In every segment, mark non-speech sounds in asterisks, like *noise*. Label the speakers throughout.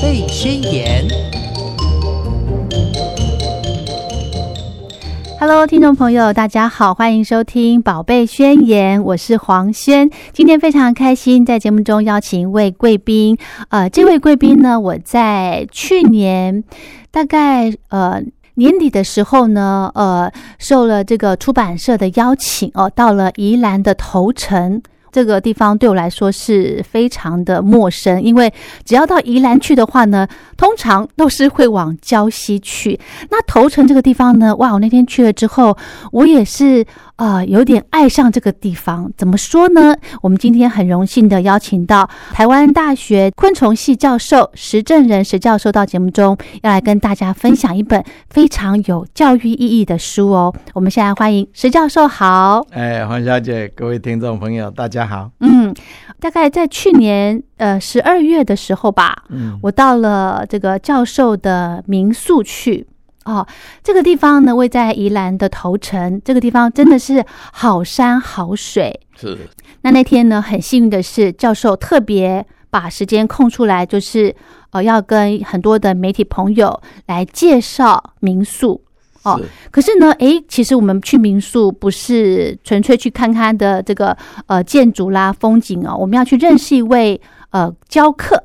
Speaker 1: 费宣言》。
Speaker 2: Hello，听众朋友，大家好，欢迎收听《宝贝宣言》，我是黄轩。今天非常开心，在节目中邀请一位贵宾。呃，这位贵宾呢，我在去年大概呃年底的时候呢，呃，受了这个出版社的邀请哦、到了宜兰的头城。这个地方对我来说是非常的陌生，因为只要到宜兰去的话呢，通常都是会往礁溪去。那头城这个地方呢，哇，我那天去了之后，我也是呃有点爱上这个地方。怎么说呢？我们今天很荣幸的邀请到台湾大学昆虫系教授石正人石教授到节目中，要来跟大家分享一本非常有教育意义的书哦。我们现在欢迎石教授，好。
Speaker 3: 哎，黄小姐，各位听众朋友，大家好。
Speaker 2: 嗯，大概在去年呃十二月的时候吧，
Speaker 3: 嗯，
Speaker 2: 我到了这个教授的民宿去。哦，这个地方呢，位在宜兰的头城。这个地方真的是好山好水。
Speaker 3: 是
Speaker 2: 那那天呢，很幸运的是，教授特别把时间空出来，就是呃，要跟很多的媒体朋友来介绍民宿。哦
Speaker 3: 是
Speaker 2: 可是呢，诶，其实我们去民宿不是纯粹去看看的这个呃建筑啦、风景哦，我们要去认识一位呃教
Speaker 3: *laughs*
Speaker 2: 课，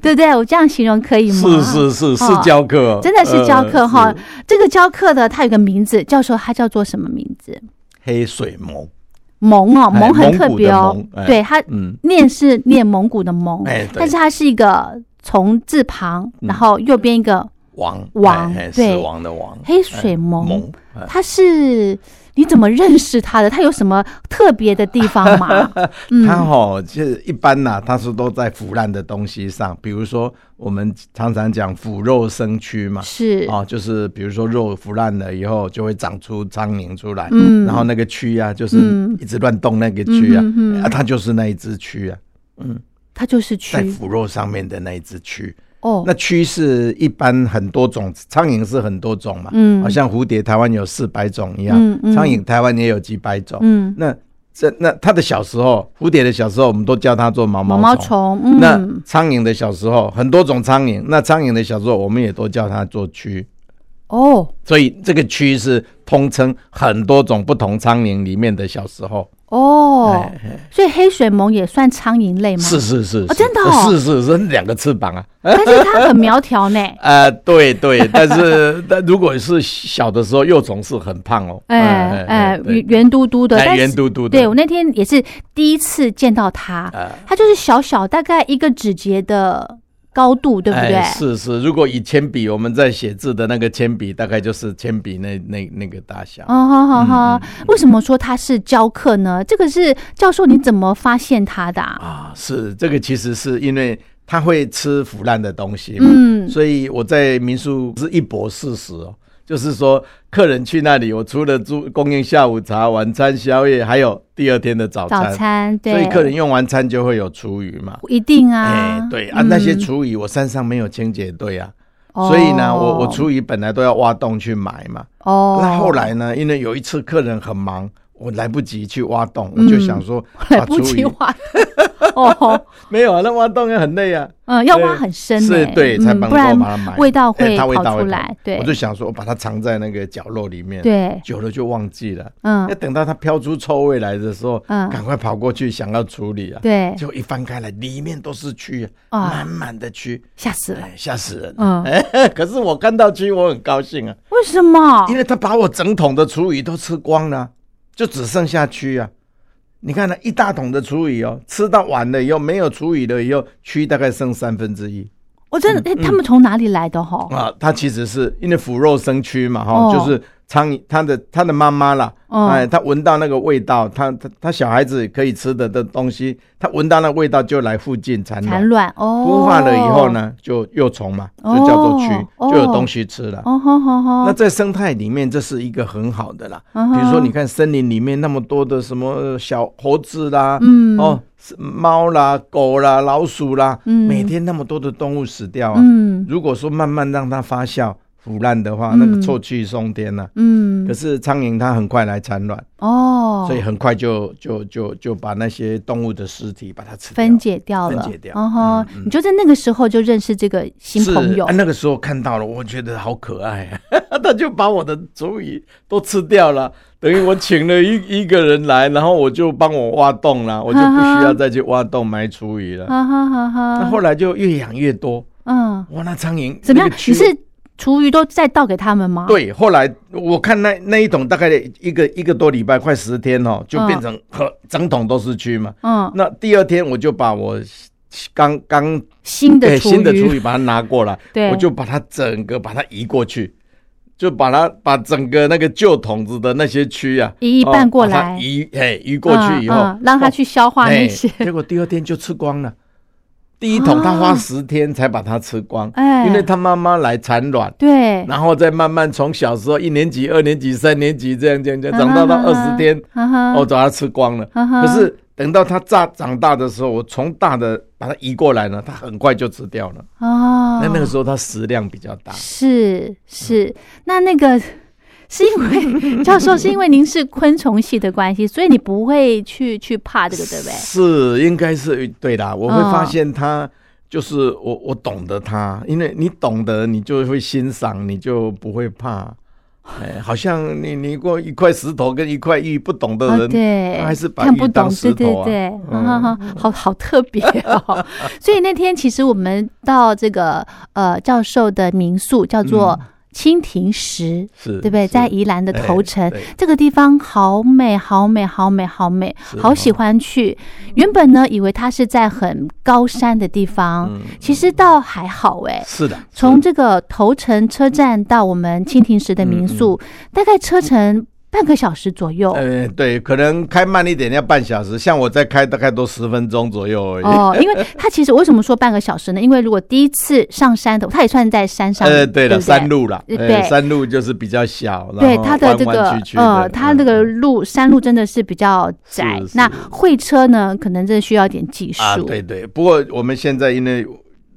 Speaker 2: 对不对？我这样形容可以吗？
Speaker 3: 是是是
Speaker 2: 哦
Speaker 3: 是教课，
Speaker 2: 真的是教课
Speaker 3: 呃
Speaker 2: 哈
Speaker 3: 是
Speaker 2: 这个教课的他有个名字，教授他叫做什么名字？
Speaker 3: 黑水蒙，
Speaker 2: 蒙哦，
Speaker 3: 哎
Speaker 2: 蒙很特
Speaker 3: 蒙古
Speaker 2: 别
Speaker 3: 的
Speaker 2: 哦
Speaker 3: 蒙，哎
Speaker 2: 对他
Speaker 3: 嗯，
Speaker 2: 念是念蒙古的蒙，
Speaker 3: 哎， *laughs* 对
Speaker 2: 嗯但是它是一个从字旁，
Speaker 3: 嗯
Speaker 2: 然后右边一个
Speaker 3: 王
Speaker 2: 王
Speaker 3: 哎哎
Speaker 2: 对
Speaker 3: 死亡的王，
Speaker 2: 黑水
Speaker 3: 哎
Speaker 2: 蒙，
Speaker 3: 蒙，哎
Speaker 2: 它是你怎么认识它的？它有什么特别的地方
Speaker 3: *laughs*
Speaker 2: 吗？
Speaker 3: 它哈就是一般呐，它是都在腐烂的东西上，比如说我们常常讲腐肉生蛆嘛，
Speaker 2: 是，
Speaker 3: 哦，就是比如说肉腐烂了以后，就会长出苍蝇出来，
Speaker 2: 嗯
Speaker 3: 然后那个蛆啊，就是
Speaker 2: 嗯
Speaker 3: 一直乱动那个蛆啊，
Speaker 2: 嗯哼哼
Speaker 3: 啊，它就是那一只蛆啊，嗯，
Speaker 2: 它就是
Speaker 3: 在
Speaker 2: 蛆
Speaker 3: 腐肉上面的那一只蛆。
Speaker 2: 哦
Speaker 3: 那，蛆是一般很多种，苍蝇是很多种嘛，
Speaker 2: 嗯
Speaker 3: 好像蝴蝶台湾有四百种一样，
Speaker 2: 嗯嗯
Speaker 3: 苍蝇台湾也有几百种。
Speaker 2: 嗯，
Speaker 3: 那这那它的小时候，蝴蝶的小时候，我们都叫它做毛
Speaker 2: 毛
Speaker 3: 毛
Speaker 2: 毛
Speaker 3: 虫。
Speaker 2: 虫，
Speaker 3: 那
Speaker 2: 嗯，
Speaker 3: 苍蝇的小时候，很多种苍蝇。那苍蝇的小时候，我们也都叫它做蛆。
Speaker 2: 哦
Speaker 3: 所以这个蛆是通称很多种不同苍蝇里面的小时候。
Speaker 2: 哦
Speaker 3: 哎，哎
Speaker 2: 所以黑水虻也算苍蝇类吗？
Speaker 3: 是，是是
Speaker 2: 哦真的哦
Speaker 3: 是是是两个翅膀啊。
Speaker 2: 但是它很苗条
Speaker 3: *laughs*
Speaker 2: 呢。哎
Speaker 3: 呃，对对， *laughs* 但是但如果是小的时候，幼虫是很胖哦，
Speaker 2: 哎哎，
Speaker 3: 对
Speaker 2: 圆圆嘟嘟的，
Speaker 3: 哎
Speaker 2: 但是
Speaker 3: 圆嘟嘟的，
Speaker 2: 对我那天也是第一次见到它，
Speaker 3: 呃
Speaker 2: 它就是小小大概一个指节的高度，对不对？
Speaker 3: 哎是是，如果以铅笔，我们在写字的那个铅笔，大概就是铅笔那那那个大小。
Speaker 2: 哦，好好
Speaker 3: 嗯
Speaker 2: 好，为什么说它是教课呢？这个是教授，你怎么发现它的、啊？
Speaker 3: 啊，是这个，其实是因为它会吃腐烂的东西嘛，
Speaker 2: 嗯
Speaker 3: 所以我在民宿是一博四十哦，就是说客人去那里，我除了住供应下午茶、晚餐、宵夜，还有第二天的早餐，
Speaker 2: 早餐对，
Speaker 3: 所以客人用完餐就会有厨余嘛。
Speaker 2: 一定
Speaker 3: 哎、
Speaker 2: 啊，
Speaker 3: 对啊，那些
Speaker 2: 嗯
Speaker 3: 厨余我山上没有清洁队啊，所以呢，我我厨余本来都要挖洞去埋嘛。
Speaker 2: 哦，
Speaker 3: 那后来呢，因为有一次客人很忙，我来不及去挖洞，我就
Speaker 2: 嗯
Speaker 3: 想说
Speaker 2: 后 *laughs*
Speaker 3: 把
Speaker 2: 来
Speaker 3: 厨
Speaker 2: 不
Speaker 3: 余
Speaker 2: 计划 *laughs* 哦，
Speaker 3: 没有啊，那挖洞也很累啊。
Speaker 2: 嗯，要挖很深、欸，
Speaker 3: 是对，才
Speaker 2: 嗯、
Speaker 3: 帮
Speaker 2: 不
Speaker 3: 我把
Speaker 2: 然
Speaker 3: 它埋，
Speaker 2: 味道
Speaker 3: 哎
Speaker 2: 会
Speaker 3: 它
Speaker 2: 跑
Speaker 3: 味道
Speaker 2: 出
Speaker 3: 会
Speaker 2: 来，对
Speaker 3: 我就想说，我把它藏在那个角落里面，，
Speaker 2: 对，
Speaker 3: 久了就忘记了。
Speaker 2: 嗯
Speaker 3: *laughs* 要等到它飘出臭味来的时候，
Speaker 2: 嗯
Speaker 3: 赶快跑过去想要处理啊。
Speaker 2: 对，
Speaker 3: 就一翻开来，里面都是蛆啊，
Speaker 2: 啊
Speaker 3: 满满的蛆，
Speaker 2: 吓死了，
Speaker 3: 哎，吓死人了！
Speaker 2: 嗯，
Speaker 3: 哎， *laughs* 可是我看到蛆，我很高兴啊，
Speaker 2: 为什么？
Speaker 3: 因为它把我整桶的厨余都吃光了，啊就只剩下蛆啊。你看呢，一大桶的厨余哦，吃到完了以后，没有厨余了以后，蛆大概剩三分之一。
Speaker 2: 我真的，哎、他们从哪里来的吼？
Speaker 3: 嗯啊，它其实是因为腐肉生蛆嘛，哈、
Speaker 2: 哦
Speaker 3: 就是苍蝇，它的它的妈妈啦，
Speaker 2: 哦
Speaker 3: 哎，它闻到那个味道，它它它小孩子可以吃的的东西，它闻到那个味道就来附近产
Speaker 2: 产
Speaker 3: 卵，
Speaker 2: 卵哦，
Speaker 3: 孵化了以后？呢，就幼虫嘛，就叫做蛆，
Speaker 2: 哦
Speaker 3: 就有东西吃了。
Speaker 2: 哦，好好好，
Speaker 3: 那在生态里面，这是一个很好的啦。
Speaker 2: 嗯哼
Speaker 3: 比如说，你看森林里面那么多的什么小猴子啦，
Speaker 2: 嗯
Speaker 3: 哦，是猫啦、狗啦、老鼠啦，
Speaker 2: 嗯
Speaker 3: 每天那么多的动物死掉啊，
Speaker 2: 嗯
Speaker 3: 如果说慢慢让它发酵，腐烂的话，
Speaker 2: 嗯
Speaker 3: 那个臭气冲天呐、
Speaker 2: 嗯
Speaker 3: 可，是苍蝇它很快来产卵，
Speaker 2: 哦，
Speaker 3: 所以很快就就就就把那些动物的尸体把它吃掉。
Speaker 2: 分解掉了，
Speaker 3: 分解掉嗯
Speaker 2: 哦吼，你就在那个时候就认识这个新
Speaker 3: 是
Speaker 2: 朋友
Speaker 3: 啊，那个时候看到了，我觉得好可爱、啊， *laughs* 他就把我的竹椅都吃掉了，等于我请了一 *laughs* 一个人来，然后我就帮我挖洞了，我就不需要再去挖洞埋竹椅了。
Speaker 2: 哈哈哈哈。
Speaker 3: 嗯那后来就越养越多，
Speaker 2: 嗯，
Speaker 3: 哇，那苍蝇
Speaker 2: 怎么样？
Speaker 3: 那个
Speaker 2: 你
Speaker 3: 蛆
Speaker 2: 是厨余都再倒给他们吗？，
Speaker 3: 对，后来我看那那一桶大概一个一个多礼拜，快十天哦，就变成和整桶都是蛆嘛。
Speaker 2: 嗯，
Speaker 3: 那第二天我就把我刚刚
Speaker 2: 新的
Speaker 3: 对
Speaker 2: 厨
Speaker 3: 新的厨
Speaker 2: 余，
Speaker 3: 余把它拿过来，
Speaker 2: *laughs* 对
Speaker 3: 我就把它整个把它移过去，就把它把整个那个旧桶子的那些蛆啊
Speaker 2: 一一
Speaker 3: 哦
Speaker 2: 搬过
Speaker 3: 把它
Speaker 2: 来
Speaker 3: 移哎移过去以后，
Speaker 2: 嗯嗯让他去消化那
Speaker 3: 哎
Speaker 2: 些，
Speaker 3: *laughs* 结果第二天就吃光了。第一桶他
Speaker 2: 啊
Speaker 3: 花十天才把它吃光，
Speaker 2: 哎
Speaker 3: 因为他妈妈来产卵，
Speaker 2: 对，
Speaker 3: 然后再慢慢从小时候一年级、二年级、三年级这样这样
Speaker 2: 嗯
Speaker 3: 这样，长大到二十天，
Speaker 2: 哈哈，
Speaker 3: 我把它哦吃光了。
Speaker 2: 哈哈
Speaker 3: 可是等到它长长大的时候，我从大的把它移过来呢，它很快就吃掉了。
Speaker 2: 哦，
Speaker 3: 那那个时候它食量比较大，
Speaker 2: 是
Speaker 3: 嗯
Speaker 2: 是，那那个 *laughs* 是因为 *laughs* 教授是因为您是昆虫系的关系，所以你不会去去怕这个，对不对？
Speaker 3: 是应该是对啦。我会
Speaker 2: 嗯
Speaker 3: 发现它就是我我懂得它，因为你懂得，你就会欣赏，你就不会怕。哎，好像你你过一块石头跟一块玉，不懂的
Speaker 2: 啊，
Speaker 3: 人
Speaker 2: 对，
Speaker 3: 呃他还是把
Speaker 2: 看
Speaker 3: 鱼
Speaker 2: 不
Speaker 3: 当
Speaker 2: 懂，
Speaker 3: 石头
Speaker 2: 对对
Speaker 3: 啊
Speaker 2: 对，
Speaker 3: 嗯
Speaker 2: 哈哈哈好好特别哦。 *laughs* 所以那天其实我们到这个呃教授的民宿叫做蜻蜓石，
Speaker 3: 是
Speaker 2: 对不对？
Speaker 3: 嗯是
Speaker 2: 在宜兰的
Speaker 3: 哎
Speaker 2: 头城。
Speaker 3: 对
Speaker 2: 这个地方好美，好美，好美，好美，
Speaker 3: 是
Speaker 2: 好喜欢去。原本呢，以为它是在很高山的地方，
Speaker 3: 嗯
Speaker 2: 其实倒还好哎、
Speaker 3: 是的，
Speaker 2: 从这个头城车站到我们蜻蜓石的民
Speaker 3: 嗯
Speaker 2: 宿，大概车程半个小时左右。
Speaker 3: 呃，对，可能开慢一点要半小时，像我再开大概都十分钟左右而已。
Speaker 2: 哦，因为它其实为什么说半个小时呢？因为如果第一次上山的，它也算在山上，
Speaker 3: 呃，对了，
Speaker 2: 不对
Speaker 3: 山路啦，
Speaker 2: 呃
Speaker 3: 呃
Speaker 2: 对
Speaker 3: 山路就是比较小，然
Speaker 2: 对
Speaker 3: 后
Speaker 2: 它的这
Speaker 3: 弯
Speaker 2: 个
Speaker 3: 弯曲曲的
Speaker 2: 呃，它这个
Speaker 3: 嗯
Speaker 2: 路山路真的是比较窄。
Speaker 3: 是是
Speaker 2: 那会车呢，可能真的需要一点技术。
Speaker 3: 啊，对对，不过我们现在因为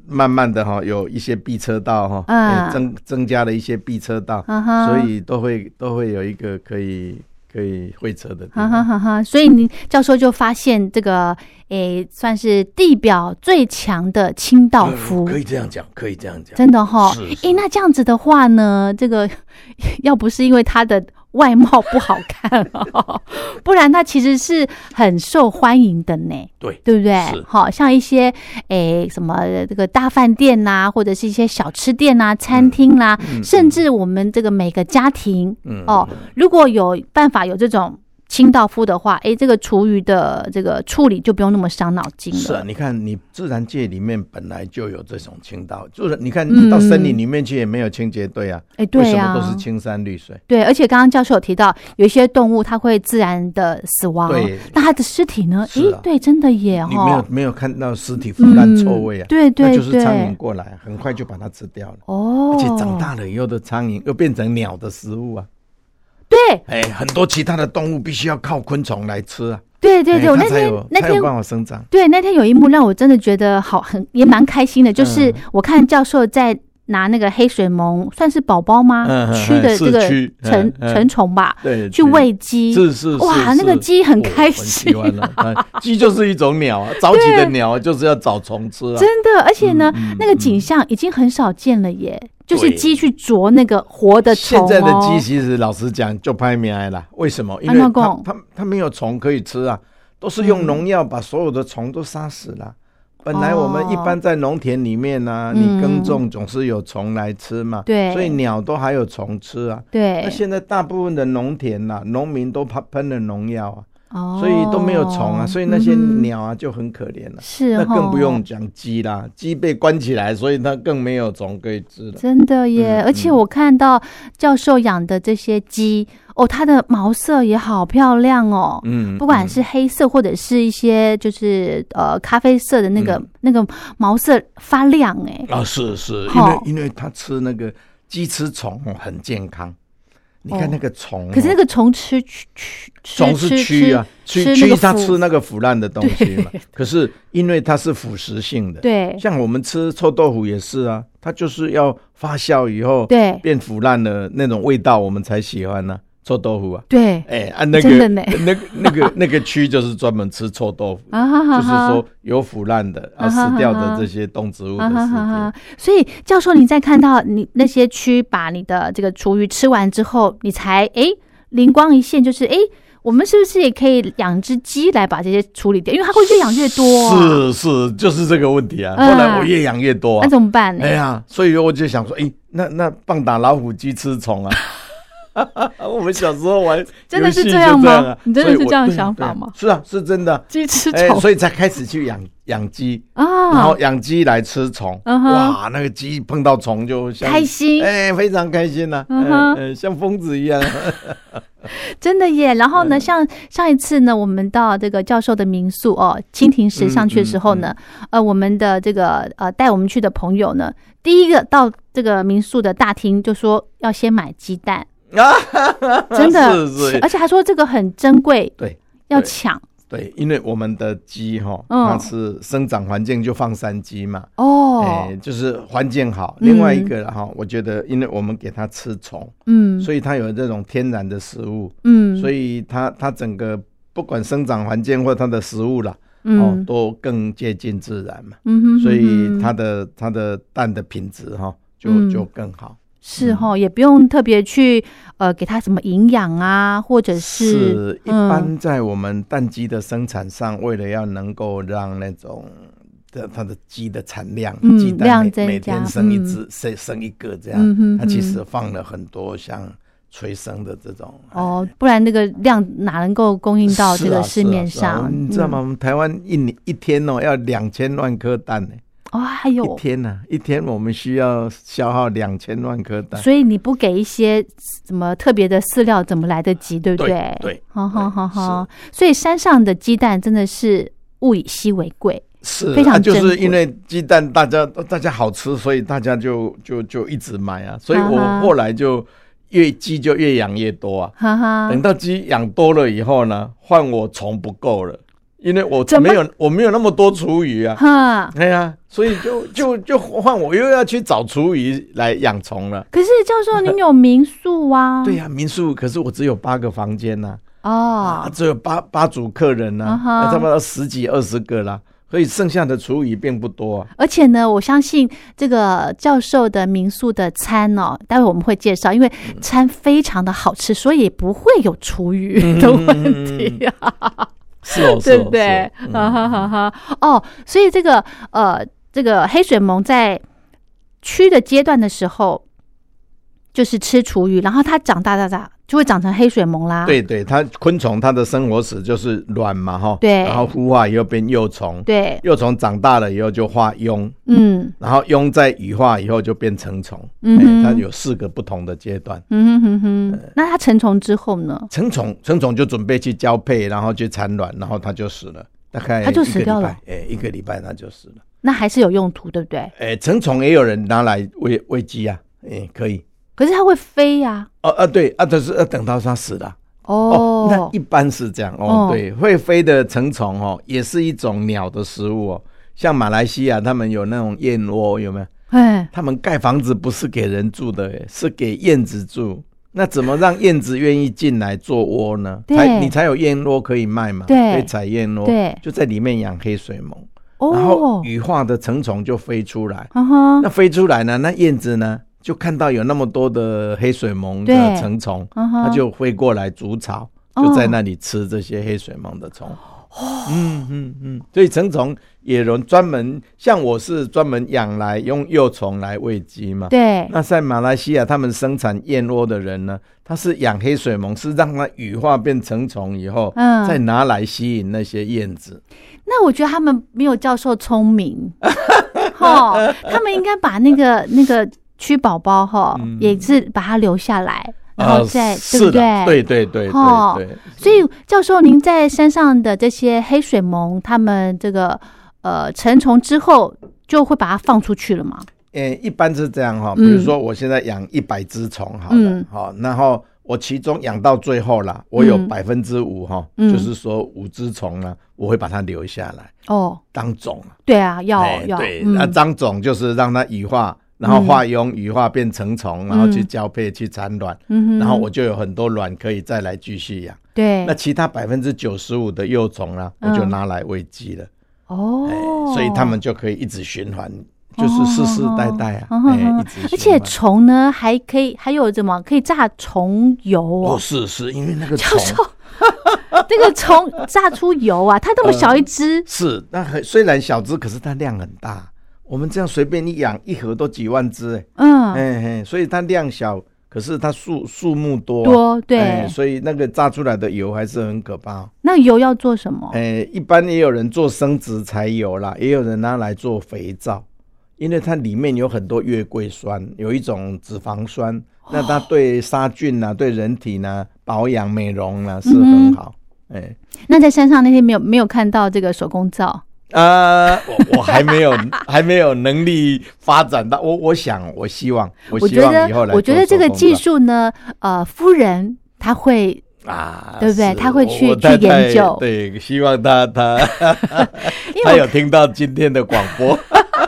Speaker 3: 慢慢的哈，有一些避车道哈，
Speaker 2: 啊
Speaker 3: 呃增增加了一些避车道，
Speaker 2: 哈哈，
Speaker 3: 所以都会都会有一个可以可以会车的地
Speaker 2: 哈哈
Speaker 3: 方。
Speaker 2: 哈哈，所以您教授就发现这个诶，算是地表最强的清道夫。
Speaker 3: 可以这样讲，可以这样讲。
Speaker 2: 真的哈、
Speaker 3: 是
Speaker 2: 诶，
Speaker 3: 是
Speaker 2: 那这样子的话呢，这个 *laughs* 要不是因为他的外貌不好看、哦， *laughs* 不然他其实是很受欢迎的呢，
Speaker 3: 对
Speaker 2: 对不对
Speaker 3: 是？
Speaker 2: 好、像一些诶、什么这个大饭店呐、或者是一些小吃店
Speaker 3: 嗯
Speaker 2: 呐、餐厅啦、甚至我们这个每个家庭、
Speaker 3: 嗯
Speaker 2: 哦，如果有办法有这种。清道夫的话，诶，这个厨余的这个处理就不用那么伤脑筋了。
Speaker 3: 是啊，你看，你自然界里面本来就有这种清道，就是你看
Speaker 2: 嗯
Speaker 3: 你到森林里面去也没有清洁队啊，
Speaker 2: 诶对
Speaker 3: 为什
Speaker 2: 呀、
Speaker 3: 么都是青山绿水？
Speaker 2: 对，而且刚刚教授有提到，有一些动物它会自然的死亡
Speaker 3: 对，
Speaker 2: 那它的尸体呢？
Speaker 3: 是
Speaker 2: 诶，
Speaker 3: 啊
Speaker 2: 对，真的耶
Speaker 3: 你没有
Speaker 2: 哈，
Speaker 3: 没有看到尸体腐烂
Speaker 2: 嗯，
Speaker 3: 臭味啊？
Speaker 2: 对对
Speaker 3: 那就是苍蝇
Speaker 2: 对，
Speaker 3: 过来，很快就把它吃掉了。
Speaker 2: 哦，
Speaker 3: 而且长大了以后的苍蝇又变成鸟的食物啊！
Speaker 2: 对
Speaker 3: 哎，很多其他的动物必须要靠昆虫来吃啊。
Speaker 2: 对对对，
Speaker 3: 哎
Speaker 2: 我
Speaker 3: 它
Speaker 2: 那
Speaker 3: 才
Speaker 2: 天
Speaker 3: 有
Speaker 2: 那
Speaker 3: 才有
Speaker 2: 天
Speaker 3: 办法生长。
Speaker 2: 对，那天有一幕让我真的觉得好很也蛮开心
Speaker 3: 嗯
Speaker 2: 的，就是我看教授在拿那个黑水虻，算是宝宝吗
Speaker 3: 嗯？嗯
Speaker 2: 蛆
Speaker 3: 嗯
Speaker 2: 的
Speaker 3: 是
Speaker 2: 这个
Speaker 3: 蛆嗯
Speaker 2: 成
Speaker 3: 嗯
Speaker 2: 成虫吧，
Speaker 3: 对，
Speaker 2: 去喂鸡。
Speaker 3: 是是是
Speaker 2: 哇，那个鸡很开心
Speaker 3: 啊！啊鸡就是一种
Speaker 2: *laughs*
Speaker 3: 鸟啊，早起的鸟啊就是要找虫吃啊。
Speaker 2: 真的，而且呢，那个景象已经很少见了耶，就是
Speaker 3: 嗯对
Speaker 2: 鸡去啄那个活的虫、
Speaker 3: 现
Speaker 2: 哦。
Speaker 3: 在的鸡其实老实讲就拍命来了，为什么？因
Speaker 2: 安
Speaker 3: 为它
Speaker 2: 怎讲嗯
Speaker 3: 它它没有虫可以吃啊，都是用农药把所有的虫都杀死了。本来我们一般在农田里面呢、啊，
Speaker 2: 哦嗯
Speaker 3: 你耕种总是有虫来吃嘛，
Speaker 2: 对
Speaker 3: 所以鸟都还有虫吃啊。那
Speaker 2: 对，
Speaker 3: 现在大部分的农田呐、农民都喷喷了农药啊，
Speaker 2: 哦
Speaker 3: 所以都没有虫啊，所以那些
Speaker 2: 嗯
Speaker 3: 鸟啊就很可怜了、
Speaker 2: 是哦
Speaker 3: 那更
Speaker 2: 吼
Speaker 3: 不用讲鸡啦，鸡被关起来，所以它更没有虫可以吃了。
Speaker 2: 真的耶，
Speaker 3: 嗯
Speaker 2: 而且
Speaker 3: 嗯
Speaker 2: 我看到教授养的这些鸡哦，它的毛色也好漂亮哦。
Speaker 3: 嗯
Speaker 2: 不管是黑色或者是一些就是呃咖啡色的那
Speaker 3: 嗯
Speaker 2: 个、那个毛色发亮哎、
Speaker 3: 啊，是是，因为
Speaker 2: 好
Speaker 3: 因为它吃那个鸡吃虫哦很健康，你看那个虫哦，
Speaker 2: 可是那个虫吃吃吃
Speaker 3: 虫是
Speaker 2: 吃
Speaker 3: 蛆啊，
Speaker 2: 吃
Speaker 3: 蛆
Speaker 2: 吃那个
Speaker 3: 蛆它
Speaker 2: 腐
Speaker 3: 吃那个腐烂的东西
Speaker 2: *laughs*
Speaker 3: 嘛。可是因为它是腐蚀性的，
Speaker 2: 对
Speaker 3: 像我们吃臭豆腐也是啊，它就是要发酵以后
Speaker 2: 对
Speaker 3: 变腐烂的那种味道，我们才喜欢呢、臭豆腐啊，
Speaker 2: 对
Speaker 3: 哎、啊那个
Speaker 2: 真的呢
Speaker 3: 那个那个那个蛆就是专门吃臭豆腐，
Speaker 2: 啊哈
Speaker 3: 呃就
Speaker 2: *laughs* 哈
Speaker 3: 是
Speaker 2: 哈，
Speaker 3: 说有腐烂的啊
Speaker 2: 啊哈哈
Speaker 3: 死掉的
Speaker 2: 哈
Speaker 3: 这些动植物的
Speaker 2: 啊
Speaker 3: 尸
Speaker 2: 哈
Speaker 3: 体。
Speaker 2: 哈哈！所以教授，你在看到你那些蛆把你的这个厨余吃完之后，你才诶灵光一现，就是诶，我们是不是也可以养只鸡来把这些处理掉？因为它会越养越多、啊，
Speaker 3: 是是，就是这个问题啊。
Speaker 2: 嗯
Speaker 3: 后来我越养越多、
Speaker 2: 那
Speaker 3: 啊，
Speaker 2: 怎么办呢？
Speaker 3: 哎呀，所以我就想说，哎、那那棒打老虎，鸡吃虫啊。 *laughs* 我们小时候玩
Speaker 2: *laughs* 真的是
Speaker 3: 游戏
Speaker 2: 这样
Speaker 3: 就
Speaker 2: 吗
Speaker 3: 这样啊
Speaker 2: 你真的是
Speaker 3: 所以我
Speaker 2: 这样的
Speaker 3: 对啊
Speaker 2: 想
Speaker 3: 对啊
Speaker 2: 法吗
Speaker 3: 是啊，是真的啊。
Speaker 2: 鸡吃
Speaker 3: 哎、
Speaker 2: 虫、
Speaker 3: 所以才开始去养养鸡，然
Speaker 2: 啊
Speaker 3: 后，养鸡来吃虫。
Speaker 2: 嗯哼
Speaker 3: 哇，那个鸡碰到虫就像
Speaker 2: 开心、
Speaker 3: 哎、非常开心呐、
Speaker 2: 嗯
Speaker 3: 嗯
Speaker 2: 哼
Speaker 3: 嗯像疯子一样。啊
Speaker 2: 真的耶。然后呢，像上一次呢，我们到这个教授的民宿哦，蜻蜓石上去的时候呢，
Speaker 3: 嗯
Speaker 2: 呃，我们的这个呃带我们去的朋友呢，第一个到这个民宿的大厅就说要先买鸡蛋，
Speaker 3: *laughs*
Speaker 2: 真的，
Speaker 3: 啊是是
Speaker 2: 而且还说这个很珍贵，
Speaker 3: *laughs* 对，
Speaker 2: 要
Speaker 3: 对
Speaker 2: 抢
Speaker 3: 对，因为我们的鸡哈，
Speaker 2: 嗯
Speaker 3: 它是生长环境就放山鸡嘛，
Speaker 2: 哦
Speaker 3: 哎、，就是环境好。
Speaker 2: 嗯
Speaker 3: 另外一个啦哈，我觉得因为我们给它吃虫，
Speaker 2: 嗯
Speaker 3: 所以它有这种天然的食物，
Speaker 2: 嗯，
Speaker 3: 所
Speaker 2: 以
Speaker 3: 以它它整个不管生长环境或它的食物啦，哦
Speaker 2: 嗯，
Speaker 3: 都更接近自然嘛，
Speaker 2: 嗯哼，
Speaker 3: 所以
Speaker 2: 嗯
Speaker 3: 它的它的蛋的品质哈就
Speaker 2: 嗯
Speaker 3: 就更好。
Speaker 2: 是哈，也不用特别去呃给它什么营养啊，或者是嗯
Speaker 3: 一般在我们蛋鸡的生产上，为了要能够让那种的它的鸡的产量，
Speaker 2: 嗯
Speaker 3: 鸡蛋
Speaker 2: 量
Speaker 3: 每
Speaker 2: 增
Speaker 3: 每
Speaker 2: 加
Speaker 3: 天生一
Speaker 2: 嗯
Speaker 3: 只，生、生一个
Speaker 2: 嗯
Speaker 3: 这样，
Speaker 2: 哼
Speaker 3: 它
Speaker 2: 哼
Speaker 3: 其实放了很多像催生的这种。
Speaker 2: 哦，不然那个量哪能够供应到这
Speaker 3: 哎是啊
Speaker 2: 个市面
Speaker 3: 是啊是啊
Speaker 2: 上？嗯
Speaker 3: 你知道吗？我们台湾一年一天哦要两千万颗蛋呢，
Speaker 2: 嗯？哦，还
Speaker 3: 一
Speaker 2: 有，
Speaker 3: 天呢，一天我们需要消耗两千万颗蛋。
Speaker 2: 所以你不给一些什么特别的饲料，怎么来得及？对不对？
Speaker 3: 对，
Speaker 2: 好好好
Speaker 3: 对
Speaker 2: 好。所以山上的鸡蛋真的是物以稀为贵，
Speaker 3: 是，
Speaker 2: 非常
Speaker 3: 啊就
Speaker 2: 珍
Speaker 3: 是
Speaker 2: 贵
Speaker 3: 因为鸡蛋大家大家好吃，所以大家就就就一直买啊，所以
Speaker 2: 啊哈
Speaker 3: 我后来就越鸡就越养越多啊。
Speaker 2: 哈哈
Speaker 3: 等。到鸡养多了以后呢，换我虫不够了，因为我
Speaker 2: 怎么
Speaker 3: 没有我没有那么多厨余啊。
Speaker 2: 哈，
Speaker 3: 哎呀，所以就就就换我又要去找厨余来养虫了。
Speaker 2: 可是教授，您有民宿啊？
Speaker 3: 对呀、民宿可是我只有八个房间呐、啊，
Speaker 2: 哦，
Speaker 3: 只有八八组客人呐、
Speaker 2: 啊哈
Speaker 3: 啊，差不多十几二十个啦，所以剩下的厨余并不多啊。
Speaker 2: 而且呢，我相信这个教授的民宿的餐哦，待会我们会介绍，因为
Speaker 3: 嗯
Speaker 2: 餐非常的好吃，所以也不会有厨余的
Speaker 3: 嗯
Speaker 2: 问题啊，
Speaker 3: 是
Speaker 2: *laughs*
Speaker 3: 哦，是
Speaker 2: 对
Speaker 3: 哦，
Speaker 2: 不对
Speaker 3: 是哦？嗯
Speaker 2: 哈哈哈哈！哦，所以这个呃，这个黑水虻在蛆的阶段的时候，就是吃厨余，然后它长大大大就会长成黑水虻啦。
Speaker 3: 对对，它昆虫它的生活史就是卵嘛哈，
Speaker 2: 对
Speaker 3: 然后孵化以后变幼虫，
Speaker 2: 对，
Speaker 3: 幼虫长大了以后就化蛹，
Speaker 2: 嗯
Speaker 3: 然后蛹在羽化以后就变成虫，
Speaker 2: 嗯
Speaker 3: 哎
Speaker 2: 哼
Speaker 3: 它有四个不同的阶段。
Speaker 2: 嗯哼哼
Speaker 3: 呃
Speaker 2: 哼，那它成虫之后呢？
Speaker 3: 成虫，成虫就准备去交配，然后去产卵，然后它就死了，大概
Speaker 2: 它就
Speaker 3: 一个
Speaker 2: 死掉
Speaker 3: 礼
Speaker 2: 了
Speaker 3: 拜，哎，一个礼拜它就死了。
Speaker 2: 那还是有用途，对不对？
Speaker 3: 哎，成虫也有人拿来喂喂鸡啊，哎，可以。
Speaker 2: 可是它会飞呀、
Speaker 3: 哦啊，对啊，但是要等到它死了。哦，那
Speaker 2: 哦，
Speaker 3: 一般是这样
Speaker 2: 哦
Speaker 3: 哦。对，会飞的成虫哦，也是一种鸟的食物哦。像马来西亚，他们有那种燕窝，有没有？
Speaker 2: 哎，
Speaker 3: 他们盖房子不是给人住的耶，是给燕子住。那怎么让燕子愿意进来做窝呢？
Speaker 2: 对
Speaker 3: 才你才有燕窝可以卖嘛，
Speaker 2: 对
Speaker 3: 可以采燕窝，
Speaker 2: 对
Speaker 3: 就在里面养黑水虻，哦然后
Speaker 2: 哦，
Speaker 3: 羽化的成虫就飞出来。
Speaker 2: 嗯哼，
Speaker 3: 那飞出来呢，那燕子呢就看到有那么多的黑水虻
Speaker 2: 对
Speaker 3: 的成虫，
Speaker 2: 嗯
Speaker 3: 它
Speaker 2: 哼，
Speaker 3: 就会过来筑巢，
Speaker 2: 哦
Speaker 3: 就在那里吃这些黑水虻的虫。嗯嗯嗯，所以成虫也有专门，像我是专门养来用幼虫来喂鸡嘛。
Speaker 2: 对，
Speaker 3: 那在马来西亚，他们生产燕窝的人呢，他是养黑水虻，是让它羽化变成虫以后，
Speaker 2: 嗯
Speaker 3: 再拿来吸引那些燕子。
Speaker 2: 那我觉得他们没有教授聪明， *laughs* 哈、他们应该把那个那个蛆宝宝哈，也是把它留下来，然后
Speaker 3: 呃
Speaker 2: 再、对
Speaker 3: 嗯是
Speaker 2: 不
Speaker 3: 的
Speaker 2: 对？
Speaker 3: 对对对
Speaker 2: 哦
Speaker 3: 对对。
Speaker 2: 所以教授，您在山上的这些黑水虻，他们这个呃成虫之后，就会把它放出去了嘛？
Speaker 3: 呃，一般是这样哈、
Speaker 2: 嗯
Speaker 3: 比如说我现在养一百只虫好了，
Speaker 2: 嗯
Speaker 3: 好、然后我其中养到最后啦，我有
Speaker 2: 嗯
Speaker 3: 百分之五哈，
Speaker 2: 嗯
Speaker 3: 就是说五只虫呢，我会把它留下来
Speaker 2: 哦，
Speaker 3: 当种啊。
Speaker 2: 对啊，要
Speaker 3: 哎
Speaker 2: 要，
Speaker 3: 对，
Speaker 2: 嗯
Speaker 3: 那当种就是让它羽化，然后化蛹，羽化变成虫，然后去
Speaker 2: 嗯
Speaker 3: 交配去产卵，
Speaker 2: 嗯哼
Speaker 3: 然后我就有很多卵可以再来继续养。
Speaker 2: 对
Speaker 3: 那其他百分之九十五的幼虫呢，我就
Speaker 2: 嗯
Speaker 3: 拿来喂鸡了。哎
Speaker 2: 哦，
Speaker 3: 所以他们就可以一直循环，就是世世代代啊，
Speaker 2: 哦
Speaker 3: 哎，
Speaker 2: 哦
Speaker 3: 一直循环。
Speaker 2: 而且虫呢还可以，还有怎么可以榨虫油
Speaker 3: 哦，
Speaker 2: 哦？
Speaker 3: 是是，因为那个
Speaker 2: 教
Speaker 3: 虫
Speaker 2: 授， *laughs* 这个虫榨出油啊，它那么小一只，
Speaker 3: 是那很虽然小只，可是它量很大。我们这样随便一养，一盒都几万只，哎
Speaker 2: 嗯，
Speaker 3: 哎嘿，所以它量小，可是它数数目多啊。
Speaker 2: 嗯多
Speaker 3: 哎
Speaker 2: 对。
Speaker 3: 所以那个榨出来的油还是很可怕。
Speaker 2: 那油要做什么？
Speaker 3: 哎，一般也有人做生殖柴油啦，也有人拿来做肥皂，因为它里面有很多月桂酸，有一种脂肪酸，那它对杀菌啊、对人体呢、保养、美容啊是很好。哎、
Speaker 2: 那在山上那天没有没有看到这个手工皂，呃
Speaker 3: 啊、我我还没有 *laughs* 还没有能力发展到，我我想我希望我
Speaker 2: 我
Speaker 3: 希
Speaker 2: 觉
Speaker 3: 望以后
Speaker 2: 得
Speaker 3: 来
Speaker 2: 我觉得这
Speaker 3: 做
Speaker 2: 个
Speaker 3: 手工
Speaker 2: 技
Speaker 3: 皂
Speaker 2: 术呢，呃，夫人她会
Speaker 3: 啊，
Speaker 2: 对不对
Speaker 3: 是
Speaker 2: 他会
Speaker 3: 我
Speaker 2: 去
Speaker 3: 我
Speaker 2: 去
Speaker 3: 太太
Speaker 2: 研究
Speaker 3: 对，希望他他
Speaker 2: 因为
Speaker 3: 他有听到今天的广播。 *laughs*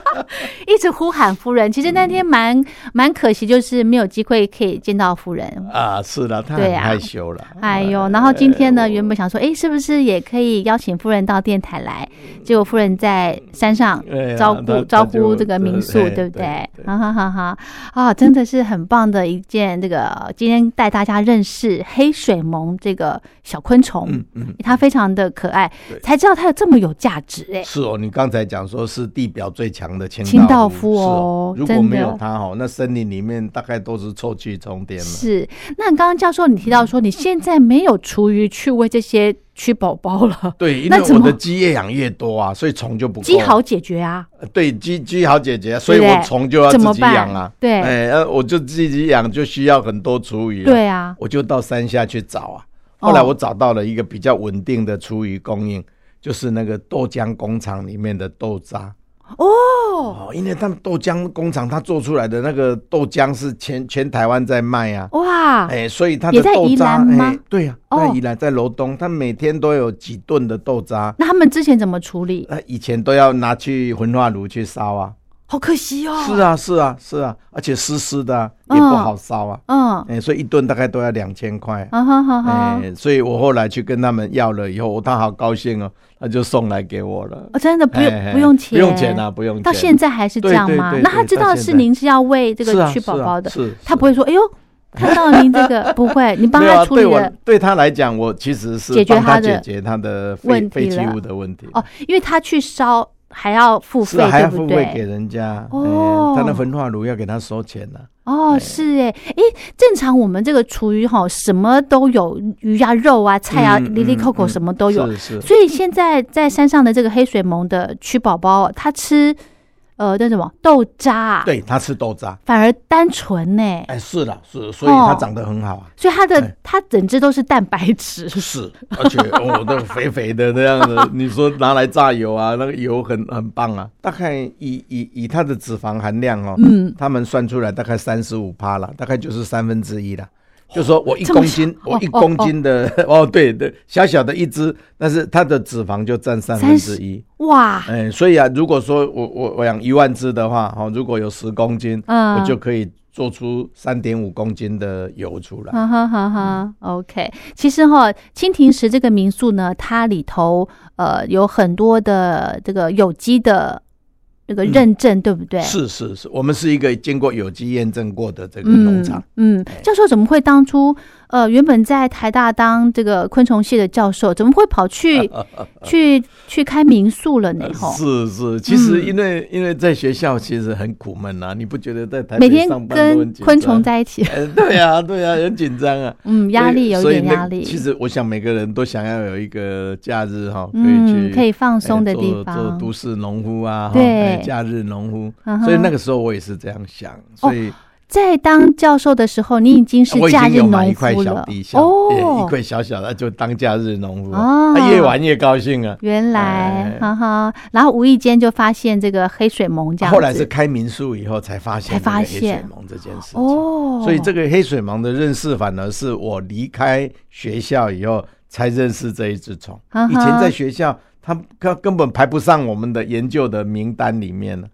Speaker 2: 一直呼喊夫人。其实那天蛮蛮可惜，就是没有机会可以见到夫人。
Speaker 3: 啊，是的，他
Speaker 2: 对
Speaker 3: 很
Speaker 2: 啊
Speaker 3: 害羞了。
Speaker 2: 哎呦，
Speaker 3: 呃
Speaker 2: 然后今天呢，
Speaker 3: 我
Speaker 2: 原本想说，哎，是不是也可以邀请夫人到电台来？结果夫人在山上
Speaker 3: 哎呀
Speaker 2: 照
Speaker 3: 他
Speaker 2: 顾
Speaker 3: 他
Speaker 2: 照顾
Speaker 3: 就
Speaker 2: 这个民宿，
Speaker 3: 对
Speaker 2: 对不
Speaker 3: 对
Speaker 2: 对？
Speaker 3: 对
Speaker 2: 哈哈哈哈！啊，真的是很棒的一件这个，今天带大家认识黑水虻这个小昆虫
Speaker 3: 嗯，嗯，
Speaker 2: 它非常的可爱
Speaker 3: 对，
Speaker 2: 才知道它有这么有价值哎。
Speaker 3: 是哦，你刚才讲说是地表最强的清
Speaker 2: 清道
Speaker 3: 道
Speaker 2: 夫
Speaker 3: 是
Speaker 2: 哦
Speaker 3: 如果
Speaker 2: 真
Speaker 3: 没有
Speaker 2: 的
Speaker 3: 它哦，那森林里面大概都是臭气冲天了。
Speaker 2: 是，那刚刚教授你提到说，你现在没有厨余去喂这些蛆宝宝了，
Speaker 3: 对，因
Speaker 2: 那
Speaker 3: 为
Speaker 2: 怎
Speaker 3: 我
Speaker 2: 么
Speaker 3: 的鸡越养越多啊，所以虫就不够。
Speaker 2: 鸡好解决啊，
Speaker 3: 呃对鸡鸡好解决，啊所以
Speaker 2: 对不
Speaker 3: 我
Speaker 2: 对
Speaker 3: 虫就要
Speaker 2: 怎么
Speaker 3: 自己
Speaker 2: 办
Speaker 3: 养啊。
Speaker 2: 对
Speaker 3: 哎，呃我就自己养，就需要很多厨余。，
Speaker 2: 对啊，
Speaker 3: 我就到山下去找
Speaker 2: 哦
Speaker 3: 啊。后来我找到了一个比较稳定的厨余供应，就是那个豆浆工厂里面的豆渣。
Speaker 2: 哦
Speaker 3: 哦，因为他们豆浆工厂，它做出来的那个豆浆是全全台湾在卖啊，
Speaker 2: 哇，
Speaker 3: 哎、所以它
Speaker 2: 也
Speaker 3: 的
Speaker 2: 在
Speaker 3: 豆
Speaker 2: 宜
Speaker 3: 渣，
Speaker 2: 兰吗
Speaker 3: 哎对呀、
Speaker 2: 哦
Speaker 3: 在宜兰，在罗东，它每天都有几吨的豆渣，
Speaker 2: 那他们之前怎么处理？
Speaker 3: 那以前都要拿去焚化炉去烧啊，
Speaker 2: 好可惜哦，
Speaker 3: 是，啊，是啊，是啊，而且湿湿的啊、也不好烧啊，
Speaker 2: 嗯，
Speaker 3: 哎、所以一吨大概都要两千块。
Speaker 2: 啊哈哈哈
Speaker 3: 哎、，所以我后来去跟他们要了以后，我他好高兴哦，他就送来给我了，
Speaker 2: 哦，真的不
Speaker 3: 哎
Speaker 2: 用
Speaker 3: 哎
Speaker 2: 不用钱，
Speaker 3: 不用钱啊，，不用钱。
Speaker 2: 到现在还是这
Speaker 3: 对
Speaker 2: 样
Speaker 3: 对
Speaker 2: 吗
Speaker 3: 对？
Speaker 2: 那他
Speaker 3: 对
Speaker 2: 知
Speaker 3: 到
Speaker 2: 道
Speaker 3: 现
Speaker 2: 是
Speaker 3: 在
Speaker 2: 您是要喂这
Speaker 3: 是
Speaker 2: 个
Speaker 3: 啊
Speaker 2: 蛆宝宝的，
Speaker 3: 是啊是
Speaker 2: 他
Speaker 3: 是
Speaker 2: 不会说，哎呦，看到您这
Speaker 3: *laughs*
Speaker 2: 个不会，你帮
Speaker 3: 没有
Speaker 2: 他
Speaker 3: 啊，
Speaker 2: 处理
Speaker 3: 对
Speaker 2: 了
Speaker 3: 我。对他来讲，我其实是
Speaker 2: 解决
Speaker 3: 帮
Speaker 2: 他
Speaker 3: 他
Speaker 2: 的
Speaker 3: 解决他的
Speaker 2: 问
Speaker 3: 废
Speaker 2: 题
Speaker 3: 废弃
Speaker 2: 了
Speaker 3: 物的问题。
Speaker 2: 哦，因为他去烧还要付
Speaker 3: 是
Speaker 2: 费，
Speaker 3: 啊还
Speaker 2: 对
Speaker 3: 要
Speaker 2: 不
Speaker 3: 付费给
Speaker 2: 对？
Speaker 3: 人家，
Speaker 2: 哦
Speaker 3: 哎他的焚化炉要给他收钱啊呢、
Speaker 2: 哦，是哎，诶，正常我们这个厨余哈，什么都有，鱼啊、肉啊、菜啊，
Speaker 3: 嗯
Speaker 2: 里里
Speaker 3: 嗯
Speaker 2: 扣扣
Speaker 3: 嗯
Speaker 2: 什么都有。
Speaker 3: 是是，
Speaker 2: 所以现在在山上的这个黑水虻的蛆宝宝，它吃呃那什么豆渣啊，
Speaker 3: 对他吃豆渣，
Speaker 2: 反而单纯呢，
Speaker 3: 哎，是啦，是，所以
Speaker 2: 哦
Speaker 3: 它长得很好啊。
Speaker 2: 所以它的
Speaker 3: 哎
Speaker 2: 它整只都是蛋白
Speaker 3: *laughs*
Speaker 2: 质。
Speaker 3: 是，而且哦， *laughs* 那个肥肥的那样子，你说拿来榨油啊，那个油很很棒啊。大概以以以它的脂肪含量哦，
Speaker 2: 嗯，
Speaker 3: 他们算出来大概三十五趴啦，大概就是三分之一啦。就说我一
Speaker 2: 这么哦
Speaker 3: 公斤，
Speaker 2: 少
Speaker 3: 我一公斤的哦，对对，小小的一只，但是它的脂肪就占三分之一。
Speaker 2: 哇，
Speaker 3: 哎，所以啊，如果说我我我养一万只的话，哦，如果有十公斤，
Speaker 2: 嗯
Speaker 3: 我就可以做出三点五公斤的油出来。
Speaker 2: 哈哈哈哈，OK。其实哈，蜻蜓石这个民宿呢，它里头呃有很多的这个有机的那个认证，对不对？
Speaker 3: 嗯是是是，我们是一个经过有机验证过的这个农场。
Speaker 2: 嗯。嗯，教授怎么会当初呃原本在台大当这个昆虫系的教授，怎么会跑
Speaker 3: *laughs*
Speaker 2: 去去去开民宿了呢？吼，
Speaker 3: 呃是是，
Speaker 2: 嗯
Speaker 3: 其实因为、因为在学校其实很苦闷啊，你不觉得在台
Speaker 2: 每
Speaker 3: 北
Speaker 2: 天
Speaker 3: 上班都很
Speaker 2: 跟
Speaker 3: 紧
Speaker 2: 昆
Speaker 3: 张
Speaker 2: 虫在一
Speaker 3: *laughs*
Speaker 2: 起，
Speaker 3: 呃，对呀、对呀、很紧张啊，
Speaker 2: 嗯， *laughs* 压力有一
Speaker 3: 所以
Speaker 2: 点
Speaker 3: 那
Speaker 2: 压力。
Speaker 3: 其实我想每个人都想要有一个假日哈、可以去、
Speaker 2: 嗯，可以放
Speaker 3: 哎
Speaker 2: 松的
Speaker 3: 做
Speaker 2: 地
Speaker 3: 做
Speaker 2: 方。
Speaker 3: 都市农夫啊，哈
Speaker 2: 对
Speaker 3: 哎假日农夫
Speaker 2: 嗯哼。哦
Speaker 3: 所以那个时候我也是这样想，所以
Speaker 2: 在当教授的时候，你已经是
Speaker 3: 我已
Speaker 2: 假
Speaker 3: 经
Speaker 2: 日
Speaker 3: 有买一
Speaker 2: 农
Speaker 3: 块
Speaker 2: 夫
Speaker 3: 小
Speaker 2: 了
Speaker 3: 地小，
Speaker 2: 哦
Speaker 3: 一。块小小的就当假日农夫，啊
Speaker 2: 哦
Speaker 3: 他越玩越高兴啊。
Speaker 2: 原来
Speaker 3: 哎，
Speaker 2: 哈哈，然后无意间就发现这个黑水虻这样子，
Speaker 3: 啊后来是开民宿以后才发现
Speaker 2: 才发
Speaker 3: 这个黑水
Speaker 2: 现
Speaker 3: 虻这件事情。
Speaker 2: 哦，
Speaker 3: 所以这个黑水虻的认识，反而是我离开学校以后才认识这一只虫
Speaker 2: 嗯。哼
Speaker 3: 以前在学校，它根根本排不上我们的研究的名单里面了，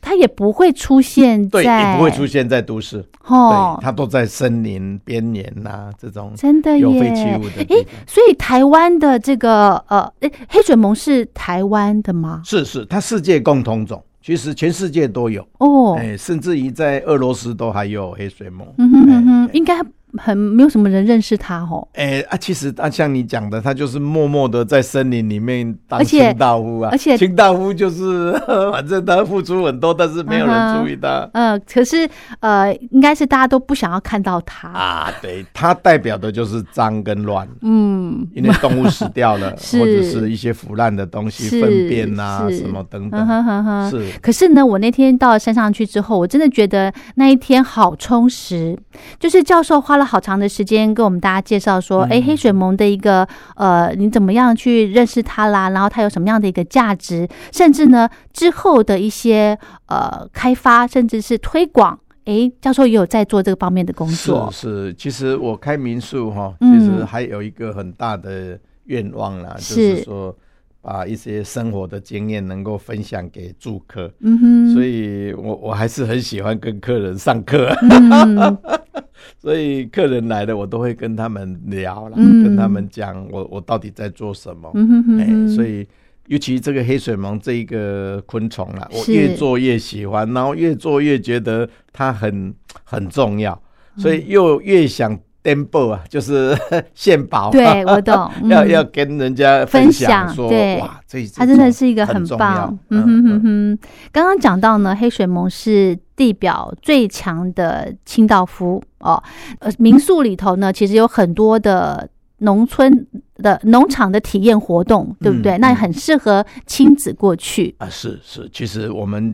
Speaker 2: 它也不会出现在，
Speaker 3: 对，也不会出现在都市，
Speaker 2: 哦哦
Speaker 3: 对，，它都在森林边缘呐这种
Speaker 2: 真的
Speaker 3: 有废弃
Speaker 2: 耶
Speaker 3: 物的地
Speaker 2: 诶
Speaker 3: 方。
Speaker 2: 所以台湾的这个呃，诶黑水虻是台湾的吗？
Speaker 3: 是是，它世界共同种，其实全世界都有，
Speaker 2: 哦，
Speaker 3: 哎，甚至于在俄罗斯都还有黑水虻。
Speaker 2: 嗯哼
Speaker 3: 哎
Speaker 2: 嗯哼，应该很没有什么人认识它哦。
Speaker 3: 哎、啊，其实啊，像你讲的，他就是默默的在森林里面当
Speaker 2: 而且
Speaker 3: 清道夫啊。
Speaker 2: 而且
Speaker 3: 清道夫就是 *laughs* 反正他付出很多，但是没
Speaker 2: 嗯
Speaker 3: 有人
Speaker 2: 哼
Speaker 3: 注意他、
Speaker 2: 呃，可是呃，应该是大家都不想要看到它。
Speaker 3: 啊。对，他代表的就是脏跟乱，
Speaker 2: 嗯
Speaker 3: 因为动物死掉了，
Speaker 2: *laughs* 是
Speaker 3: 或者是一些腐烂的东
Speaker 2: 是
Speaker 3: 西、粪便啊
Speaker 2: 是
Speaker 3: 什么等
Speaker 2: 嗯
Speaker 3: 等。
Speaker 2: 哼哼哼。
Speaker 3: 是
Speaker 2: 可是呢，我那天到了山上去之后，我真的觉得那一天好充实。就是教授花了好长的时间跟我们大家介绍说，哎、
Speaker 3: 嗯
Speaker 2: 黑水虻的一个呃，你怎么样去认识它啦，然后它有什么样的一个价值，甚至呢之后的一些呃开发，甚至是推广。哎，教授也有在做这个方面的工作。
Speaker 3: 是是，其实我开民宿哈，
Speaker 2: 嗯
Speaker 3: 其实还有一个很大的愿望啦，
Speaker 2: 是
Speaker 3: 就是说把一些生活的经验能够分享给住客。
Speaker 2: 嗯哼，
Speaker 3: 所以我我还是很喜欢跟客人上课，
Speaker 2: 嗯，
Speaker 3: *laughs* 所以客人来了，我都会跟他们聊啦，
Speaker 2: 嗯
Speaker 3: 跟他们讲我我到底在做什么。
Speaker 2: 嗯哼哼
Speaker 3: 哎、
Speaker 2: 哼，
Speaker 3: 所以尤其这个黑水虻这一个昆虫啦，我
Speaker 2: 是
Speaker 3: 越做越喜欢，然后越做越觉得它很很重要，
Speaker 2: 嗯
Speaker 3: 所以又越想 demo 啊，就是 *laughs* 献宝，，
Speaker 2: 对我懂
Speaker 3: 要
Speaker 2: 嗯
Speaker 3: 要跟人家
Speaker 2: 分
Speaker 3: 享
Speaker 2: 享
Speaker 3: 说，
Speaker 2: 对
Speaker 3: 哇，这一只
Speaker 2: 它真的
Speaker 3: 虫
Speaker 2: 是一个很
Speaker 3: 很重要
Speaker 2: 棒，嗯哼哼哼。刚刚讲到呢，黑水虻是地表最强的清道夫哦，呃，民宿里头呢，其实有很多的农村的农场的体验活动，对不对？
Speaker 3: 嗯
Speaker 2: 那
Speaker 3: 嗯
Speaker 2: 很适合亲子过去，
Speaker 3: 啊，是是，其实我们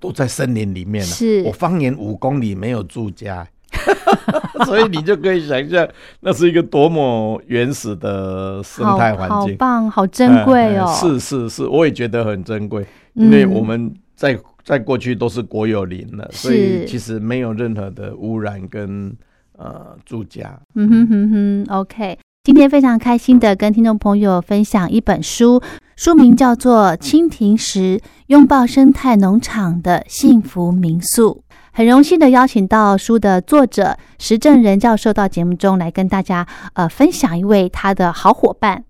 Speaker 3: 都在森林里面了、啊
Speaker 2: 是
Speaker 3: 我方圆五公里没有住家， *laughs* 所以你就可以想象那是一个多么原始的生
Speaker 2: 好
Speaker 3: 态
Speaker 2: 好
Speaker 3: 环境，
Speaker 2: 棒，好珍贵哦。
Speaker 3: 嗯嗯是是是，我也觉得很珍贵，因为
Speaker 2: 嗯
Speaker 3: 我们在在过去都是国有林了，所
Speaker 2: 是
Speaker 3: 以其实没有任何的污染跟呃住家。
Speaker 2: *laughs* 嗯哼哼哼，OK。今天非常开心的跟听众朋友分享一本书，书名叫做《蜻蜓石：拥抱生态农场的幸福民宿》。很荣幸的邀请到书的作者石正仁教授到节目中来跟大家呃分享一位他的好伙伴，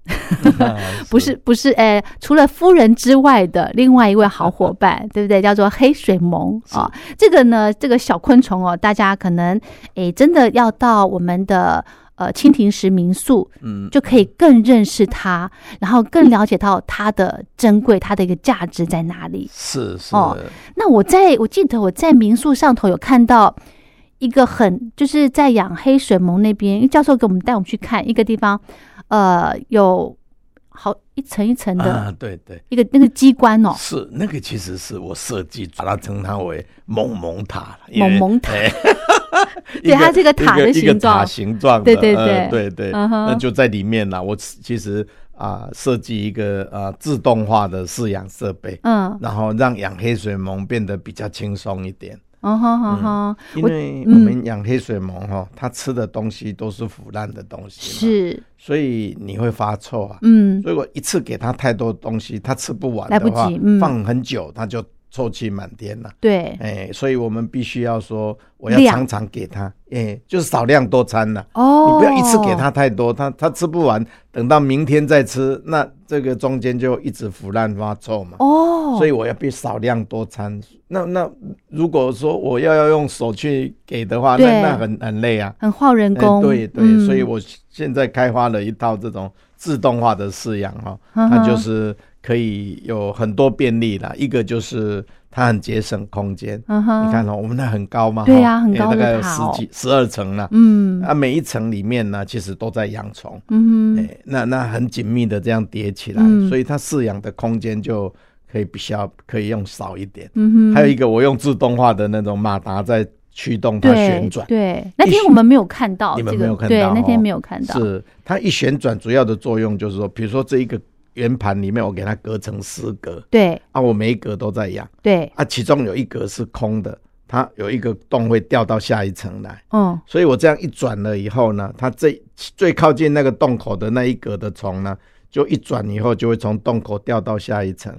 Speaker 2: 不是不是，呃，除了夫人之外的另外一位好伙伴，对不对？叫做黑水虻啊、哦。这个呢，这个小昆虫哦，大家可能诶，真的要到我们的呃蜻蜓石民宿，
Speaker 3: 嗯，
Speaker 2: 就可以更认识它，然后更了解到它的珍贵，它的一个价值在哪里。
Speaker 3: 是是。
Speaker 2: 哦那我在我记得我在民宿上头有看到。一个很就是在养黑水虻那边，因为教授给我们带我们去看一个地方，呃，有好一层一层的、
Speaker 3: 啊，对对，
Speaker 2: 一个那个机关哦，
Speaker 3: 是那个，其实是我设计把它称它为蒙蒙塔，因
Speaker 2: 蒙
Speaker 3: 为
Speaker 2: 蒙塔，
Speaker 3: 哎一
Speaker 2: *laughs* 对它这个塔的
Speaker 3: 一个
Speaker 2: 形状
Speaker 3: 一个塔形状的，
Speaker 2: 对对对
Speaker 3: 呃对对，
Speaker 2: 嗯哼
Speaker 3: 那就在里面啦。我其实啊，设计一个啊自动化的饲养设备，
Speaker 2: 嗯，
Speaker 3: 然后让养黑水虻变得比较轻松一点。
Speaker 2: 哦吼吼吼，
Speaker 3: 因
Speaker 2: 我
Speaker 3: 为我
Speaker 2: 嗯
Speaker 3: 们养黑水虻哈，它吃的东西都是腐烂的东西，，
Speaker 2: 是，
Speaker 3: 所以你会发臭啊。
Speaker 2: 嗯，
Speaker 3: 如果一次给它太多东西，它吃不完
Speaker 2: 来不
Speaker 3: 的话
Speaker 2: 及，嗯
Speaker 3: 放很久它就臭气满天了。
Speaker 2: 对，
Speaker 3: 哎、所以我们必须要说，我要
Speaker 2: 量
Speaker 3: 常常给他，哎、就是少量多餐呐、
Speaker 2: 哦，
Speaker 3: 哎你不要一次给他太多，他他吃不完，等到明天再吃，那这个中间就一直腐烂发臭嘛。
Speaker 2: 哦，
Speaker 3: 所以我要必少量多餐。那那如果说我要要用手去给的话，
Speaker 2: 对
Speaker 3: 那那很很累啊。
Speaker 2: 很耗人
Speaker 3: 哎
Speaker 2: 工，
Speaker 3: 对对，
Speaker 2: 嗯
Speaker 3: 所以我现在开发了一套这种自动化的饲养哈，
Speaker 2: 嗯哼
Speaker 3: 它就是可以有很多便利啦。一个就是它很节省空间，
Speaker 2: 嗯哼，
Speaker 3: 你看，哦，我们那很高嘛，
Speaker 2: 对啊
Speaker 3: 哦
Speaker 2: 很高
Speaker 3: 哎大概
Speaker 2: 的
Speaker 3: 有
Speaker 2: 塔
Speaker 3: 十
Speaker 2: 哦
Speaker 3: 几、十二层了。
Speaker 2: 嗯
Speaker 3: 啊，每一层里面呢，其实都在养虫，
Speaker 2: 嗯哼，
Speaker 3: 哎，那那很紧密的这样叠起来，
Speaker 2: 嗯
Speaker 3: 所以它饲养的空间就可以比较可以用少一点。
Speaker 2: 嗯哼，
Speaker 3: 还有一个，我用自动化的那种马达在驱动它
Speaker 2: 对
Speaker 3: 旋转。
Speaker 2: 对，那天我们没有看到
Speaker 3: 你
Speaker 2: 这
Speaker 3: 们
Speaker 2: 个
Speaker 3: 没有，看
Speaker 2: 对
Speaker 3: 到，
Speaker 2: 那天
Speaker 3: 哦
Speaker 2: 没有看到，
Speaker 3: 是它一旋转，主要的作用就是说，比如说这一个圆盘里面，我给它隔成四格
Speaker 2: 对
Speaker 3: 啊，我每一格都在压
Speaker 2: 对，
Speaker 3: 啊，其中有一格是空的，它有一个洞会掉到下一层来。
Speaker 2: 嗯，
Speaker 3: 所以我这样一转了以后呢，它最最靠近那个洞口的那一格的虫呢，就一转以后就会从洞口掉到下一层。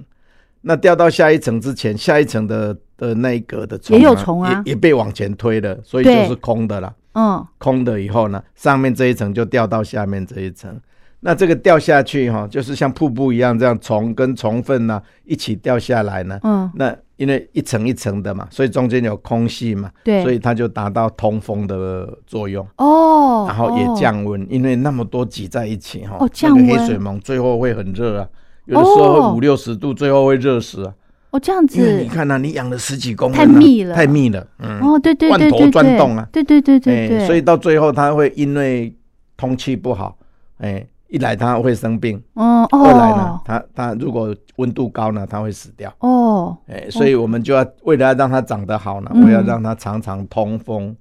Speaker 3: 那掉到下一层之前，下一层的的那一格的虫呢
Speaker 2: 也有虫啊
Speaker 3: 也也被往前推了，所以就
Speaker 2: 对
Speaker 3: 是空的啦。
Speaker 2: 嗯，
Speaker 3: 空的以后呢，上面这一层就掉到下面这一层。那这个掉下去哈、就是像瀑布一样，这样虫跟虫粪呢、一起掉下来呢。
Speaker 2: 嗯，
Speaker 3: 那因为一层一层的嘛，所以中间有空隙嘛，
Speaker 2: 对，
Speaker 3: 所以它就达到通风的作用，
Speaker 2: 哦，
Speaker 3: 然后也
Speaker 2: 哦，
Speaker 3: 降温，因为那么多挤在一起哈、
Speaker 2: 哦降温
Speaker 3: 那个黑水虻最后会很热啊，有的时候
Speaker 2: 哦
Speaker 3: 会五六十度，最后会热死啊。
Speaker 2: 哦，这样
Speaker 3: 因为
Speaker 2: 子
Speaker 3: 你，看呐、啊你养了十几公分、
Speaker 2: 太
Speaker 3: 啊
Speaker 2: 密了
Speaker 3: 太密了，嗯，
Speaker 2: 哦，对对
Speaker 3: 罐
Speaker 2: 对
Speaker 3: 头
Speaker 2: 对
Speaker 3: 钻
Speaker 2: 对
Speaker 3: 洞啊
Speaker 2: 对对对对对，
Speaker 3: 所以到最后它会因为通气不好，哎、一来它会生病，
Speaker 2: 嗯，哦，
Speaker 3: 二来呢，它它如果温度高呢，它会死掉。
Speaker 2: 哦，
Speaker 3: 哎、所以我们就要为了要让它长得好呢，
Speaker 2: 嗯
Speaker 3: 我要让它常常通风。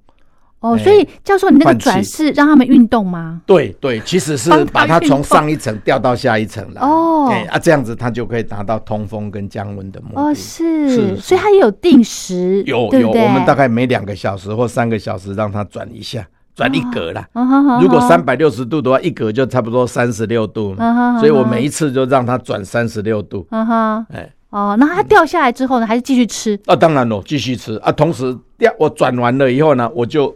Speaker 2: 哦，
Speaker 3: 哎
Speaker 2: 所以教授，你那个
Speaker 3: 换气
Speaker 2: 转是让他们运动吗？
Speaker 3: 对对，其实是
Speaker 2: 帮它
Speaker 3: 把它
Speaker 2: 运
Speaker 3: 从
Speaker 2: 动
Speaker 3: 上一层调到下一层来。
Speaker 2: 哦
Speaker 3: 哎啊，这样子它就可以达到通风跟降温的目的。
Speaker 2: 哦，是，
Speaker 3: 嗯是
Speaker 2: 所以它也有定时，
Speaker 3: 有
Speaker 2: 对
Speaker 3: 有，
Speaker 2: 不对？
Speaker 3: 我们大概每两个小时或三个小时让它转一下，转一格啦。
Speaker 2: 嗯，好好好
Speaker 3: 如果三百六十度的话，一格就差不多三十六度
Speaker 2: 嗯哼嗯
Speaker 3: 嘛
Speaker 2: 哼，
Speaker 3: 所以我每一次就让它转三十六度。
Speaker 2: 嗯哼，
Speaker 3: 哎，
Speaker 2: 哦，那它掉下来之后呢，还是继续吃？
Speaker 3: 啊，当然咯，继续吃啊。同时，第二我转完了以后呢，我就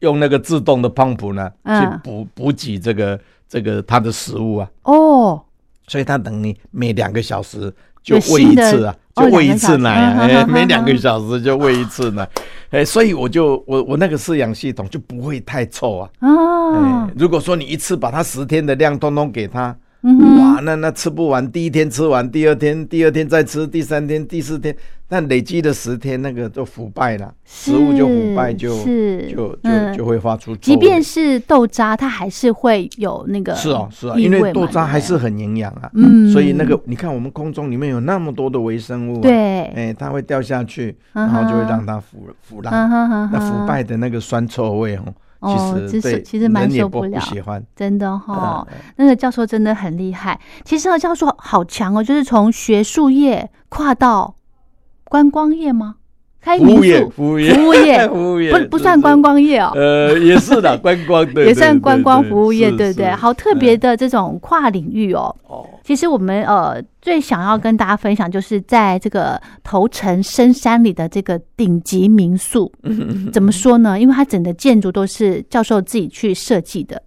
Speaker 3: 用那个自动的泵浦呢，
Speaker 2: 嗯
Speaker 3: 去补补给这个这个它的食物啊。
Speaker 2: 哦，
Speaker 3: 所以它等你每两个小时就
Speaker 2: 有
Speaker 3: 喂
Speaker 2: 新
Speaker 3: 一
Speaker 2: 的
Speaker 3: 次啊，
Speaker 2: 哦
Speaker 3: 就喂一次奶啊，
Speaker 2: 两个小时
Speaker 3: 哎，
Speaker 2: 嗯
Speaker 3: 每两个小时就喂一次奶，哎，所以我就我我那个饲养系统就不会太臭啊。
Speaker 2: 啊
Speaker 3: 哎，，如果说你一次把它十天的量通通给它，
Speaker 2: 嗯
Speaker 3: 哇，那那吃不完，第一天吃完，第二天第二天再吃，第三天第四天，那累积的十天那个就腐败了，食物就腐败就
Speaker 2: 是
Speaker 3: 就就
Speaker 2: 嗯
Speaker 3: 就会发出臭
Speaker 2: 即
Speaker 3: 味。
Speaker 2: 便是豆渣，它还是会有那个
Speaker 3: 是哦，是啊，
Speaker 2: 异
Speaker 3: 因为
Speaker 2: 味嘛
Speaker 3: 豆渣还是
Speaker 2: 对
Speaker 3: 很营养啊，
Speaker 2: 嗯
Speaker 3: 所以那个你看我们空中里面有那么多的微生物、
Speaker 2: 不，对，
Speaker 3: 哎，它会掉下去，
Speaker 2: 嗯
Speaker 3: 然
Speaker 2: 哼嗯
Speaker 3: 后就会让它腐腐烂，
Speaker 2: 哼哼
Speaker 3: 那腐
Speaker 2: 哼
Speaker 3: 败的那个酸臭味哦，
Speaker 2: 哦
Speaker 3: 其实
Speaker 2: 这是
Speaker 3: 对
Speaker 2: 其实蛮
Speaker 3: 人也
Speaker 2: 受
Speaker 3: 不
Speaker 2: 不了
Speaker 3: 喜欢，
Speaker 2: 真的哈、
Speaker 3: 嗯
Speaker 2: 那个教授真的很厉害。其实呢，教授好强哦，就是从学术业跨到观光业吗？开
Speaker 3: 服
Speaker 2: 民
Speaker 3: 务业，
Speaker 2: 宿、
Speaker 3: 服务业，
Speaker 2: 服务
Speaker 3: *laughs*
Speaker 2: 业，
Speaker 3: 服务业
Speaker 2: 不不算观。
Speaker 3: 是是
Speaker 2: 光业哦，
Speaker 3: 呃，也是的，观光
Speaker 2: *laughs*
Speaker 3: 对，
Speaker 2: 也
Speaker 3: 对
Speaker 2: 算
Speaker 3: 对
Speaker 2: 观
Speaker 3: 对
Speaker 2: 光服务业，
Speaker 3: 是
Speaker 2: 对不对？
Speaker 3: 是
Speaker 2: 好特别的这种跨领域哦。
Speaker 3: 哦，
Speaker 2: 其实我们呃最想要跟大家分享，就是在这个头城深山里的这个顶级民宿，
Speaker 3: 嗯
Speaker 2: 怎么说呢？因为它整个建筑都是教授自己去设计的，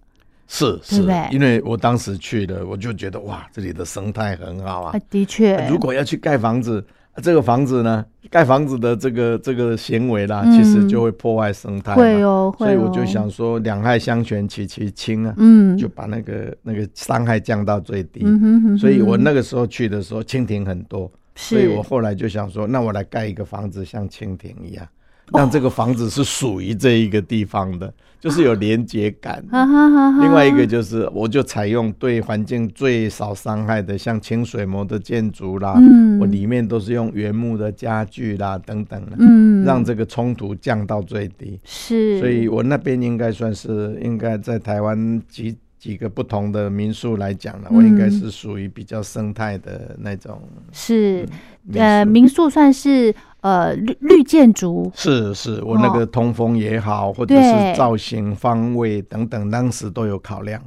Speaker 3: 是
Speaker 2: 对
Speaker 3: 是
Speaker 2: 不对，
Speaker 3: 因为我当时去了，我就觉得哇，这里的生态很好啊
Speaker 2: 啊，。的确，
Speaker 3: 如果要去盖房子，啊这个房子呢，盖房子的这个这个行为啦，
Speaker 2: 嗯
Speaker 3: 其实就会破坏生态嘛。
Speaker 2: 会哦，会哦
Speaker 3: 所以我就想说，两害相权取其轻啊，
Speaker 2: 嗯，
Speaker 3: 就把那个那个伤害降到最低。
Speaker 2: 嗯哼哼
Speaker 3: 所以我
Speaker 2: 哼
Speaker 3: 那个时候去的时候，蜻蜓很多，所以
Speaker 2: 是
Speaker 3: 我后来就想说，那我来盖一个房子，像蜻蜓一样，让这个房子是属于这一个地方
Speaker 2: 哦
Speaker 3: 的，就是有连接感。
Speaker 2: 哈哈哈哈
Speaker 3: 另外一个就是，我就采用对环境最少伤害的，像清水模的建筑啦，
Speaker 2: 嗯
Speaker 3: 我里面都是用原木的家具啦等等的，
Speaker 2: 嗯
Speaker 3: 让这个冲突降到最低。
Speaker 2: 是，
Speaker 3: 所以我那边应该算是应该在台湾几几个不同的民宿来讲呢，
Speaker 2: 嗯
Speaker 3: 我应该是属于比较生态的那种
Speaker 2: 是
Speaker 3: 民宿。
Speaker 2: 呃民宿算是呃绿绿建
Speaker 3: *laughs*
Speaker 2: 筑，
Speaker 3: 是是，我那
Speaker 2: 哦
Speaker 3: 个通风也好，或者
Speaker 2: 对
Speaker 3: 是造型、方位等等，当时都有考量。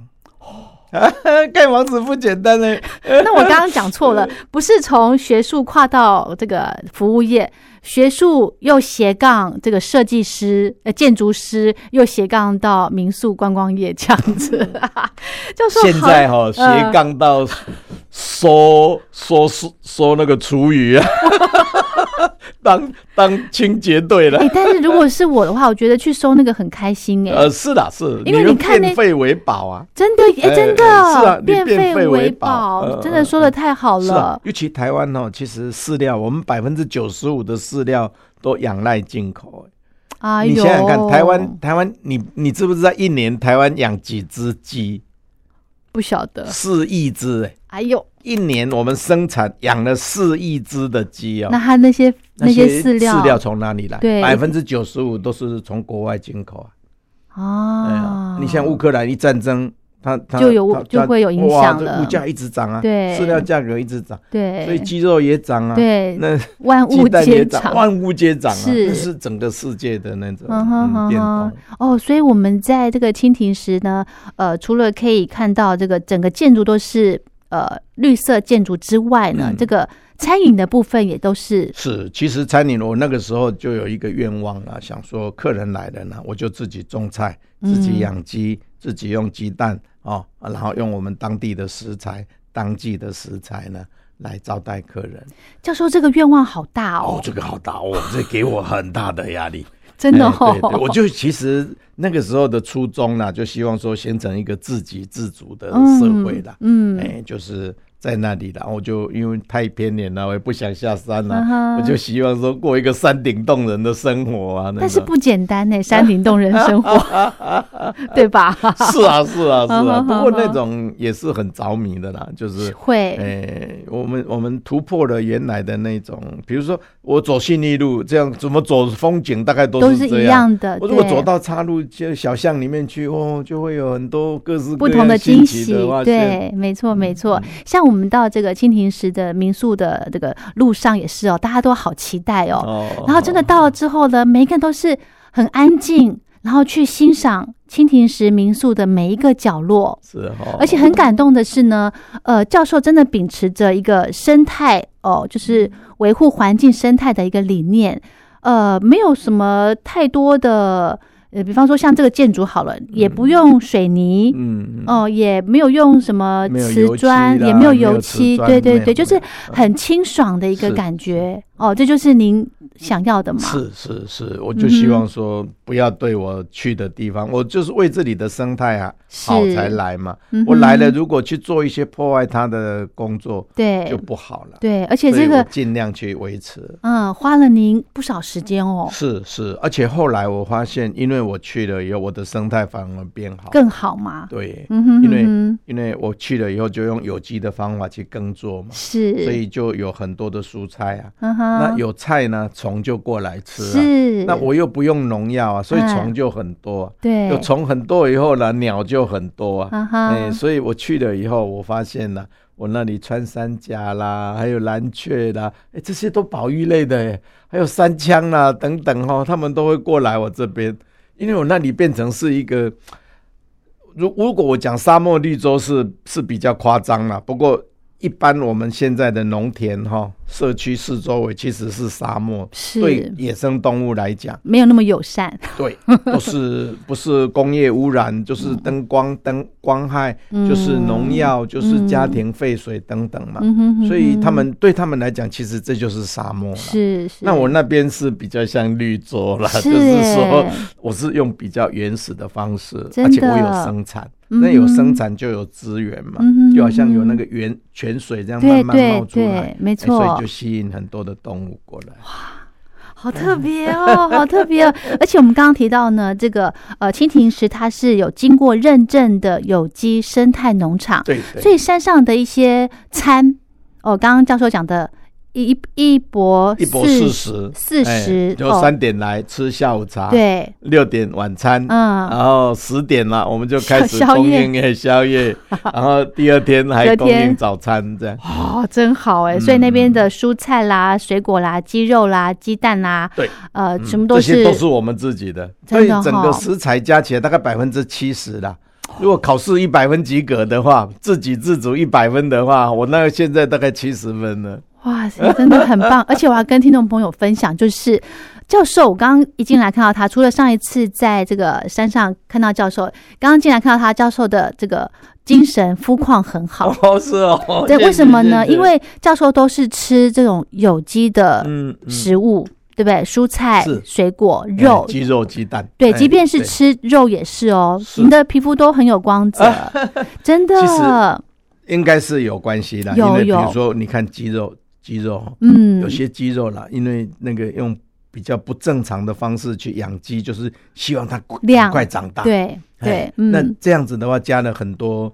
Speaker 3: *laughs* 盖房子不简单欸嘞、
Speaker 2: 那我刚刚讲错了，不是从学术跨到这个服务业，学术又斜杠这个设计师、呃建筑师，又斜杠到民宿观光业这样子， *laughs* 教授
Speaker 3: 嗯现
Speaker 2: 好
Speaker 3: 在哈、斜
Speaker 2: 呃
Speaker 3: 杠到收收收收那个厨余啊， *laughs* 当当清洁队了
Speaker 2: 哎、。但是如果是我的话，我觉得去收那个很开
Speaker 3: *laughs*
Speaker 2: 心哎、
Speaker 3: 呃，是的，是，
Speaker 2: 因为
Speaker 3: 用
Speaker 2: 你看那
Speaker 3: 变废为宝啊，
Speaker 2: 真的哎、
Speaker 3: 哎
Speaker 2: 真的、
Speaker 3: 是啊你
Speaker 2: 变
Speaker 3: 变废
Speaker 2: 为
Speaker 3: 为宝呃
Speaker 2: 真的说的太好
Speaker 3: 是啊
Speaker 2: 了，，
Speaker 3: 尤其台湾哦，其实饲料，我们百分之九十五的饲料都仰赖进口。欸
Speaker 2: 哎
Speaker 3: 你
Speaker 2: 呦，
Speaker 3: 想想看，台湾，台湾，你你知不知道一年台湾养几只鸡？
Speaker 2: 不晓得，
Speaker 3: 四亿只、哎
Speaker 2: 哎呦，
Speaker 3: 一年我们生产养了四亿只的鸡哦
Speaker 2: 那，它那些那些饲料，
Speaker 3: 饲料从哪里来？
Speaker 2: 对
Speaker 3: 百分之九十五都是从国外进口啊。哎
Speaker 2: 哦
Speaker 3: 呀，，你像乌克兰一战争，它它
Speaker 2: 就有
Speaker 3: 它
Speaker 2: 就
Speaker 3: 它
Speaker 2: 会有影
Speaker 3: 哇
Speaker 2: 响
Speaker 3: 这
Speaker 2: 了
Speaker 3: 物价一直涨啊，
Speaker 2: 对
Speaker 3: 饲料价格一直涨，
Speaker 2: 对，
Speaker 3: 所以鸡肉也涨啊，
Speaker 2: 对
Speaker 3: 那
Speaker 2: 万
Speaker 3: 鸡
Speaker 2: 物
Speaker 3: 蛋也
Speaker 2: 皆
Speaker 3: 涨，
Speaker 2: 涨。
Speaker 3: 万物皆涨啊，
Speaker 2: 是
Speaker 3: 这是整个世界的那种
Speaker 2: 嗯哼
Speaker 3: 嗯
Speaker 2: 哼
Speaker 3: 变
Speaker 2: 哼
Speaker 3: 动。
Speaker 2: 哦，所以我们在这个蜻蜓石呢，呃，除了可以看到这个整个建筑都是呃绿色建筑之外呢，
Speaker 3: 嗯
Speaker 2: 这个餐饮的部分也都是
Speaker 3: 是，其实餐饮我那个时候就有一个愿望啊，想说客人来了呢，我就自己种菜，
Speaker 2: 嗯
Speaker 3: 自己养鸡，自己用鸡蛋哦，然后用我们当地的食材、当季的食材呢来招待客人。
Speaker 2: 教授这个愿望好大
Speaker 3: 哦
Speaker 2: 哦，，
Speaker 3: 这个好大哦，这给我很大的压力。
Speaker 2: *laughs* 真的
Speaker 3: 哎对对我
Speaker 2: 哦，
Speaker 3: 就其实那个时候的初衷啦，就希望说形成一个自给自足的社会啦。
Speaker 2: 嗯，
Speaker 3: 哎、就是在那里啦，然后就因为太偏远了，我也不想下山了、
Speaker 2: 嗯哼
Speaker 3: 我就希望说过一个山顶洞人的生活啊。那
Speaker 2: 但是
Speaker 3: 种
Speaker 2: 不简单呢，山顶洞人生
Speaker 3: *laughs*
Speaker 2: 活，对吧？
Speaker 3: 是啊，是啊，是啊。
Speaker 2: 嗯哼
Speaker 3: 不过
Speaker 2: 嗯哼
Speaker 3: 那种也是很着迷的啦，就是
Speaker 2: 会，
Speaker 3: 哎，我们我们突破了原来的那种，比如说我走信义路，这样怎么走风景大概都
Speaker 2: 都
Speaker 3: 是
Speaker 2: 是
Speaker 3: 这
Speaker 2: 一样的
Speaker 3: 我如果
Speaker 2: 对
Speaker 3: 走到岔路就小巷里面去，哦，就会有很多各式
Speaker 2: 不
Speaker 3: 各
Speaker 2: 同
Speaker 3: 样
Speaker 2: 的
Speaker 3: 新
Speaker 2: 惊
Speaker 3: 奇
Speaker 2: 喜
Speaker 3: 的，嗯发现。
Speaker 2: 对，没错没错。像我们到这个蜻蜓石的民宿的这个路上也是哦，大家都好期待哦。
Speaker 3: 哦，
Speaker 2: 然后真的到了之后呢，每一个人都是很安静，然后去欣赏蜻蜓石民宿的每一个角落。
Speaker 3: 是哦，
Speaker 2: 而且很感动的是呢，呃，教授真的秉持着一个生态哦，就是维护环境生态的一个理念，呃，没有什么太多的，呃，比方说像这个建筑好了，也不用水泥，
Speaker 3: 嗯，嗯，
Speaker 2: 哦，也没有用什么
Speaker 3: 没有
Speaker 2: 呃瓷
Speaker 3: 油漆
Speaker 2: 砖，
Speaker 3: 啦
Speaker 2: 也没有
Speaker 3: 没有
Speaker 2: 油
Speaker 3: 瓷
Speaker 2: 漆，
Speaker 3: 砖
Speaker 2: 对对
Speaker 3: 没有
Speaker 2: 对，就是
Speaker 3: 没有
Speaker 2: 很清爽的一个
Speaker 3: 是
Speaker 2: 感觉。哦，这就是您想要的嘛？
Speaker 3: 是是是，我就希
Speaker 2: 嗯
Speaker 3: 望说不要对我去的地方，我就是为这里的生态啊
Speaker 2: 是
Speaker 3: 好才来嘛。
Speaker 2: 嗯哼
Speaker 3: 我来了，如果去做一些破坏它的工作，就
Speaker 2: 对
Speaker 3: 不好了。
Speaker 2: 对，而且
Speaker 3: 所以
Speaker 2: 这
Speaker 3: 我
Speaker 2: 个
Speaker 3: 尽量去维持。
Speaker 2: 嗯，花了您不少时间哦，
Speaker 3: 是是，而且后来我发现，因为我去了以后，我的生态反而变好。
Speaker 2: 更好嘛？
Speaker 3: 对，
Speaker 2: 嗯哼
Speaker 3: 因为
Speaker 2: 哼哼
Speaker 3: 因为我去了以后就用有机的方法去耕作嘛，
Speaker 2: 是，
Speaker 3: 所以就有很多的蔬菜啊。
Speaker 2: 嗯
Speaker 3: 那
Speaker 2: 哼，
Speaker 3: 有菜呢，虫就过来吃啊。
Speaker 2: 是，
Speaker 3: 那我又不用农药啊，所以
Speaker 2: 嗯
Speaker 3: 虫就很多、啊。
Speaker 2: 对
Speaker 3: 有虫很多以后呢，鸟就很多啊。
Speaker 2: 嗯哼
Speaker 3: 哎，所以我去了以后，我发现呢、我那里穿山甲啦，还有蓝雀啦，哎，这些都保育类的，哎，还有山枪啦等等哦，他们都会过来我这边，因为我那里变成是一个，如如果我讲沙漠绿洲是是比较夸张啦，不过一般我们现在的农田哈、社区四周围其实是沙漠，对
Speaker 2: 是
Speaker 3: 野生动物来讲，
Speaker 2: 没有那么友善，
Speaker 3: 对，不是不是工业污染，就是灯光灯光害，就是农药，就是家庭废水等等嘛。
Speaker 2: 嗯哼哼
Speaker 3: 所以他
Speaker 2: 哼
Speaker 3: 们对他们来讲，其实这就是沙漠了。
Speaker 2: 是是，
Speaker 3: 那我那边是比较像绿洲啦，
Speaker 2: 是
Speaker 3: 就是说
Speaker 2: 耶
Speaker 3: 我是用比较原始的方式，
Speaker 2: 真的
Speaker 3: 而且我有生产，那有生产就有资源嘛
Speaker 2: 嗯哼，
Speaker 3: 就好像有那个源泉水这样慢
Speaker 2: 对
Speaker 3: 慢
Speaker 2: 对
Speaker 3: 冒出来，
Speaker 2: 对，没
Speaker 3: 哎所以
Speaker 2: 错
Speaker 3: 就，吸引很多的动物过来。
Speaker 2: 好特别哦，好特别哦！ *laughs* 而且我们刚刚提到呢，这个呃蜻蜓石它是有经过认证的有机生态农场，
Speaker 3: 对对。
Speaker 2: 所以山上的一些餐，哦，刚刚教授讲的一一一博
Speaker 3: 一博四十，
Speaker 2: 四十
Speaker 3: 哎就
Speaker 2: 哦
Speaker 3: 三点来吃下午茶，，
Speaker 2: 对，
Speaker 3: 六点晚餐，
Speaker 2: 嗯，
Speaker 3: 然后十点了我们就开始
Speaker 2: 宵宵
Speaker 3: 供
Speaker 2: 夜
Speaker 3: 应哎
Speaker 2: *laughs*
Speaker 3: 宵夜，然后第二天
Speaker 2: 第二
Speaker 3: 还供
Speaker 2: 天
Speaker 3: 应早餐这样，
Speaker 2: 哦，真好哎！所以
Speaker 3: 嗯
Speaker 2: 那边的蔬菜啦、水果啦、鸡肉啦、鸡蛋啦，
Speaker 3: 对，
Speaker 2: 呃，全部
Speaker 3: 嗯这
Speaker 2: 都
Speaker 3: 些
Speaker 2: 是
Speaker 3: 都是我们自己的，所
Speaker 2: 真
Speaker 3: 以
Speaker 2: 的哦
Speaker 3: 整个食材加起来大概百分之七十啦。如果考试一百分及格的话，自给自足一百分的话，我那个现在大概七十分了。
Speaker 2: 哇塞，真的很
Speaker 3: *laughs*
Speaker 2: 棒！而且我要跟听众朋友分享，就是教授，我刚刚一进来看到他，除了上一次在这个山上看到教授，刚刚进来看到他，教授的这个精神肤况很好。
Speaker 3: *laughs* 哦，是哦。
Speaker 2: 对，
Speaker 3: 谢谢
Speaker 2: 为什么呢？
Speaker 3: 谢谢
Speaker 2: 因为教授都是吃这种有机的
Speaker 3: 嗯，嗯
Speaker 2: 食物，对不对？蔬菜
Speaker 3: 是、
Speaker 2: 水果、
Speaker 3: 哎
Speaker 2: 肉。
Speaker 3: 鸡肉、鸡蛋，
Speaker 2: 对，
Speaker 3: 哎
Speaker 2: 即便是
Speaker 3: 对
Speaker 2: 吃肉也是哦，
Speaker 3: 是啊
Speaker 2: 您的皮肤都很有光泽， *laughs* 真
Speaker 3: 其实
Speaker 2: 的。
Speaker 3: 应该是有关系的，
Speaker 2: 有
Speaker 3: 因为比
Speaker 2: 有
Speaker 3: 如说你看鸡肉，鸡肉哦
Speaker 2: 嗯，
Speaker 3: 有些鸡肉啦，因为那个用比较不正常的方式去养鸡，就是希望它快
Speaker 2: 量
Speaker 3: 快长大。
Speaker 2: 对
Speaker 3: 哎，
Speaker 2: 对，
Speaker 3: 那
Speaker 2: 嗯，
Speaker 3: 这样子的话，加了很多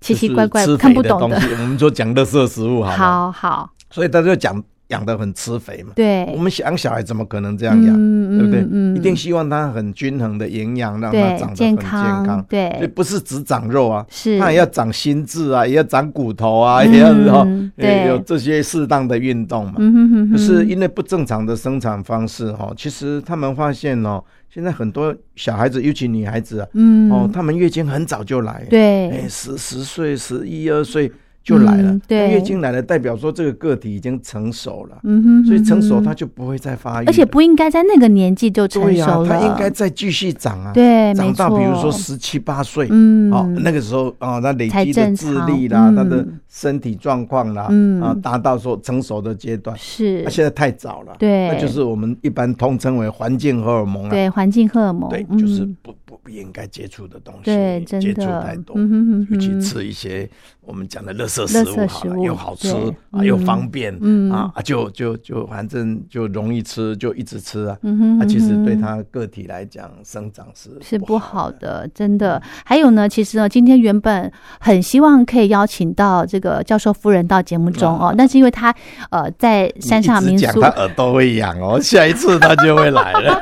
Speaker 2: 奇奇怪怪
Speaker 3: 就是吃
Speaker 2: 看
Speaker 3: 肥
Speaker 2: 不
Speaker 3: 的
Speaker 2: 懂
Speaker 3: 东西，我们就讲垃圾食物好了。
Speaker 2: *laughs* 好好，
Speaker 3: 所以他就讲养的很吃肥嘛。
Speaker 2: 对，
Speaker 3: 我们想小孩怎么可能这
Speaker 2: 这
Speaker 3: 样养，
Speaker 2: 嗯、
Speaker 3: 对不对？
Speaker 2: 嗯
Speaker 3: 一定希望他很均衡的营养，让他
Speaker 2: 对
Speaker 3: 长得
Speaker 2: 健
Speaker 3: 很健康。所以
Speaker 2: 对，
Speaker 3: 不是只长肉啊，
Speaker 2: 是
Speaker 3: 他也要长心智啊，也要长骨头啊，也要哦
Speaker 2: 嗯
Speaker 3: 也有
Speaker 2: 对
Speaker 3: 这些适当的运动嘛。
Speaker 2: 嗯哼哼
Speaker 3: 可
Speaker 2: 哼，
Speaker 3: 是因为不正常的生产方式哦，其实他们发现哦，现在很多小孩子，尤其女孩子啊，
Speaker 2: 嗯
Speaker 3: 哦，她们月经很早就来，哎，
Speaker 2: 对，
Speaker 3: 十十岁、十一二岁就来了
Speaker 2: 嗯。对
Speaker 3: 那月经来了，代表说这个个体已经成熟了，
Speaker 2: 嗯哼，
Speaker 3: 所以成熟
Speaker 2: 哼
Speaker 3: 它，就不会再发育了，
Speaker 2: 而且不应该在那个年纪就成
Speaker 3: 对呀
Speaker 2: 熟，了，
Speaker 3: 它应该再继续长啊，
Speaker 2: 对，
Speaker 3: 长
Speaker 2: 没
Speaker 3: 到
Speaker 2: 错，
Speaker 3: 比如说十七八岁，
Speaker 2: 嗯，
Speaker 3: 哦，那个时候啊，他累
Speaker 2: 才
Speaker 3: 积的
Speaker 2: 正
Speaker 3: 智
Speaker 2: 常
Speaker 3: 力啦，他的
Speaker 2: 嗯
Speaker 3: 身体状况啦，
Speaker 2: 嗯
Speaker 3: 啊，达到说成熟的阶段，
Speaker 2: 是
Speaker 3: 那，现在太早了，
Speaker 2: 对
Speaker 3: 那就是我们一般通称为环境荷尔蒙啊，
Speaker 2: 对环境荷尔蒙，
Speaker 3: 对，
Speaker 2: 嗯
Speaker 3: 就是不不不应该接触的东西，
Speaker 2: 对，真
Speaker 3: 接
Speaker 2: 的，
Speaker 3: 触太多，
Speaker 2: 嗯哼哼
Speaker 3: 尤其
Speaker 2: 哼
Speaker 3: 吃一些我们讲的垃圾
Speaker 2: 垃圾
Speaker 3: 食物好
Speaker 2: 食
Speaker 3: 了，
Speaker 2: 物
Speaker 3: 又好吃
Speaker 2: 对
Speaker 3: 啊，又
Speaker 2: 嗯
Speaker 3: 方便，
Speaker 2: 嗯
Speaker 3: 啊，啊就就就反正就容易吃，就一直吃啊，
Speaker 2: 嗯哼，
Speaker 3: 啊，其实对
Speaker 2: 嗯哼
Speaker 3: 他个体来讲生长是
Speaker 2: 是不好
Speaker 3: 的。
Speaker 2: 的，真的。还有呢，其实呢，今天原本很希望可以邀请到这个教授夫人到节目中哦，但是因为她呃在山上
Speaker 3: 啊你一
Speaker 2: 民
Speaker 3: 直讲
Speaker 2: 宿
Speaker 3: 他，耳朵会痒哦，下一次他就会来
Speaker 2: *laughs*
Speaker 3: 了。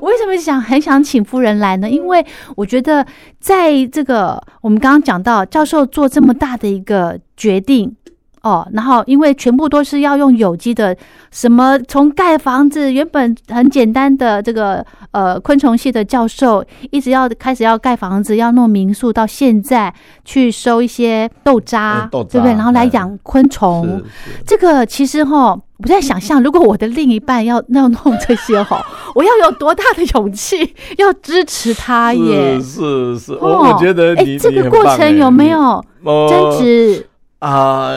Speaker 2: 我为什么想很想请夫人来呢？因为我觉得在这个我们刚刚讲到教授做这么大的一个决定。哦，然后因为全部都是要用有机的，什么从盖房子原本很简单的这个呃昆虫系的教授，一直要开始要盖房子，要弄民宿，到现在去收一些呃豆渣，
Speaker 3: 嗯豆
Speaker 2: 对不对？
Speaker 3: 渣
Speaker 2: 然后来
Speaker 3: 嗯
Speaker 2: 养昆虫，
Speaker 3: 是
Speaker 2: 这个其实哈，我在想象，如果我的另一半要要弄这些
Speaker 3: *laughs*
Speaker 2: 哈，我要有多大的勇气，要支持他耶
Speaker 3: 是？是是，
Speaker 2: 哦
Speaker 3: 我我觉得
Speaker 2: 哎
Speaker 3: 你
Speaker 2: 这
Speaker 3: 你
Speaker 2: 个
Speaker 3: 很
Speaker 2: 过
Speaker 3: 棒哎
Speaker 2: 程有没有
Speaker 3: 你呃
Speaker 2: 争执？
Speaker 3: 啊？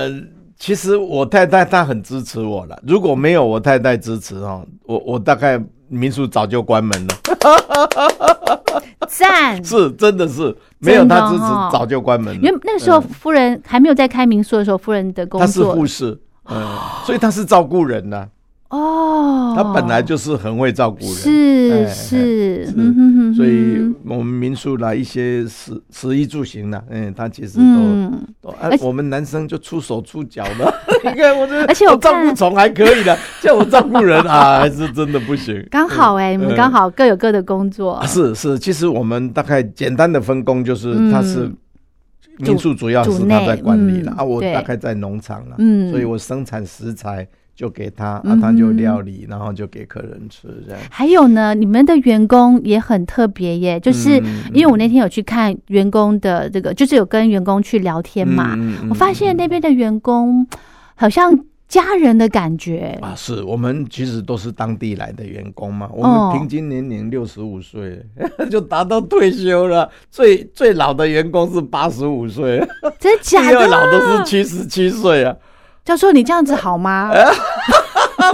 Speaker 3: 其实我太太她很支持我了，如果没有我太太支持哦，我我大概民宿早就关门
Speaker 2: *laughs*
Speaker 3: 了。 *laughs*
Speaker 2: 赞！
Speaker 3: 是，真的是没有她支
Speaker 2: 真的哦
Speaker 3: 持早就关门
Speaker 2: 原
Speaker 3: 了。
Speaker 2: 那个时候夫人还没有在开民宿的时候，夫人的工
Speaker 3: 她是护
Speaker 2: 作
Speaker 3: 士，嗯，所以她是照顾人呐，
Speaker 2: 哦，
Speaker 3: 她本来就是很会照顾人。
Speaker 2: 是
Speaker 3: 哎
Speaker 2: 是
Speaker 3: 是，
Speaker 2: 嗯哼哼哼
Speaker 3: 所以我们民宿来一些食食衣住行呢、嗯，他其实都、
Speaker 2: 嗯，
Speaker 3: 都啊
Speaker 2: 而且
Speaker 3: 我们男生就出手出脚
Speaker 2: *laughs*
Speaker 3: 了。你看我这，
Speaker 2: 而且我
Speaker 3: 我照
Speaker 2: 看
Speaker 3: 顾虫还可
Speaker 2: *laughs*
Speaker 3: 以的，叫我照顾人啊，还是真的不行。
Speaker 2: 刚好哎，你们刚好各有各的工作
Speaker 3: 嗯啊，，是是，其实我们大概简单的分工就是，
Speaker 2: 嗯
Speaker 3: 他是民宿主要
Speaker 2: 主
Speaker 3: 是他在管理
Speaker 2: 内
Speaker 3: 了、
Speaker 2: 嗯
Speaker 3: 啊，我
Speaker 2: 对
Speaker 3: 大概在农场了，
Speaker 2: 嗯
Speaker 3: 所以我生产食材就给他，啊
Speaker 2: 嗯，
Speaker 3: 他就
Speaker 2: 哼
Speaker 3: 料理，然后就给客人吃这样。
Speaker 2: 还有呢，你们的员工也很特别耶，就是
Speaker 3: 嗯嗯
Speaker 2: 因为我那天有去看员工的这个，就是有跟员工去聊天嘛，
Speaker 3: 嗯嗯
Speaker 2: 我发现那边的员工好像家人的感
Speaker 3: *laughs*
Speaker 2: 觉，
Speaker 3: 啊，是我们其实都是当地来的员工嘛，我
Speaker 2: 哦
Speaker 3: 们平均年龄六十五岁， *laughs* 就达到退休了。最最老的员工是八十五岁，
Speaker 2: 真
Speaker 3: 第
Speaker 2: 假
Speaker 3: 二老
Speaker 2: 的？
Speaker 3: 的是七十七岁啊。
Speaker 2: 教授，你这样子好
Speaker 3: *laughs*
Speaker 2: 吗？
Speaker 3: 哎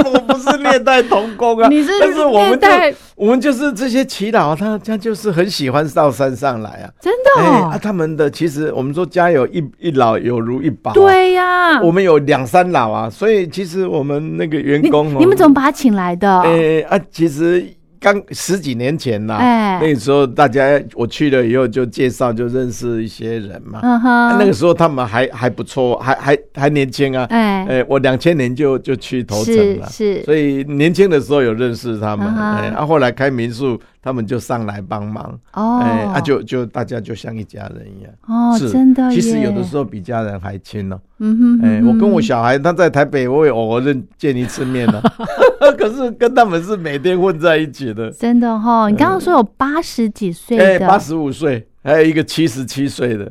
Speaker 3: 我不是虐待童工啊，
Speaker 2: 啊 *laughs* 你是
Speaker 3: 但是我
Speaker 2: 虐
Speaker 3: 们就
Speaker 2: 待
Speaker 3: 我们就是这些祈祷，他他就是很喜欢到山上来啊。
Speaker 2: 真的、
Speaker 3: 哎、
Speaker 2: 哦
Speaker 3: 啊，他们的其实我们说家有一一老有如一宝、啊，，
Speaker 2: 对呀、
Speaker 3: 我们有两三老啊，所以其实我们那个员
Speaker 2: 你
Speaker 3: 工、哦，
Speaker 2: 你们怎么把他请来的？
Speaker 3: 诶、啊，其实刚十几年前啦，
Speaker 2: 哎
Speaker 3: 那个时候大家我去了以后就介绍，就认识一些人嘛。
Speaker 2: 嗯
Speaker 3: 啊
Speaker 2: 哼，
Speaker 3: 那个时候他们还还不错，还还还年轻啊。
Speaker 2: 哎、
Speaker 3: 哎、我两千年就就去头城
Speaker 2: 是
Speaker 3: 了。
Speaker 2: 是
Speaker 3: 所以年轻的时候有认识他们，
Speaker 2: 嗯哼
Speaker 3: 哎、啊，后来开民宿，他们就上来帮忙，
Speaker 2: 哦，
Speaker 3: 哎、啊就，就大家就像一家人一样，
Speaker 2: 哦，
Speaker 3: 是
Speaker 2: 真的耶，
Speaker 3: 其实有的时候比家人还亲呢、
Speaker 2: 嗯哼，
Speaker 3: 哎、
Speaker 2: 嗯哼
Speaker 3: 我跟我小孩，他在台北，我也偶尔认见一次面了、啊
Speaker 2: *laughs*
Speaker 3: 可是跟他们是每天混在一起的。
Speaker 2: 真的哈、你刚刚说有八十几岁
Speaker 3: 嗯哎，
Speaker 2: 的，
Speaker 3: 八十五岁，还有一个七十七岁的，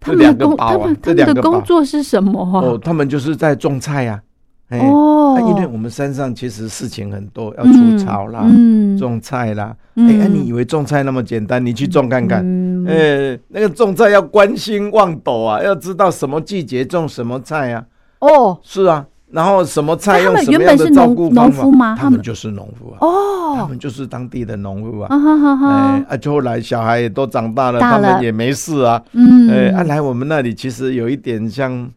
Speaker 2: 他
Speaker 3: 这
Speaker 2: 们
Speaker 3: 两
Speaker 2: 的
Speaker 3: 个
Speaker 2: 工，
Speaker 3: 宝
Speaker 2: 他
Speaker 3: 啊
Speaker 2: 们他
Speaker 3: 这
Speaker 2: 们
Speaker 3: 两
Speaker 2: 的
Speaker 3: 个
Speaker 2: 工
Speaker 3: 宝
Speaker 2: 作是什么啊？
Speaker 3: 哦，他们就是在种菜呀、啊。哎、
Speaker 2: 哦
Speaker 3: 啊因为我们山上其实事情很多，要除草啦，
Speaker 2: 嗯，
Speaker 3: 种菜啦。
Speaker 2: 嗯
Speaker 3: 哎、啊你以为种菜那么简单？你去种看看。
Speaker 2: 嗯
Speaker 3: 哎、那个种菜要关心望斗啊，要知道什么季节种什么菜啊。
Speaker 2: 哦
Speaker 3: 是啊，然后什么菜
Speaker 2: 那他们
Speaker 3: 用什么
Speaker 2: 原
Speaker 3: 样
Speaker 2: 本
Speaker 3: 的
Speaker 2: 是
Speaker 3: 照
Speaker 2: 农
Speaker 3: 顾
Speaker 2: 农
Speaker 3: 方法
Speaker 2: 夫？吗？
Speaker 3: 他们就是农夫啊，他
Speaker 2: 哦，
Speaker 3: 们就是当地的农夫啊。
Speaker 2: 哈哈哈
Speaker 3: 哎
Speaker 2: 哈，
Speaker 3: 啊，就后来小孩也都长大了，
Speaker 2: 大
Speaker 3: 他
Speaker 2: 了
Speaker 3: 们也没事啊。哎，啊，
Speaker 2: 嗯，
Speaker 3: 来我们那里其实有一点像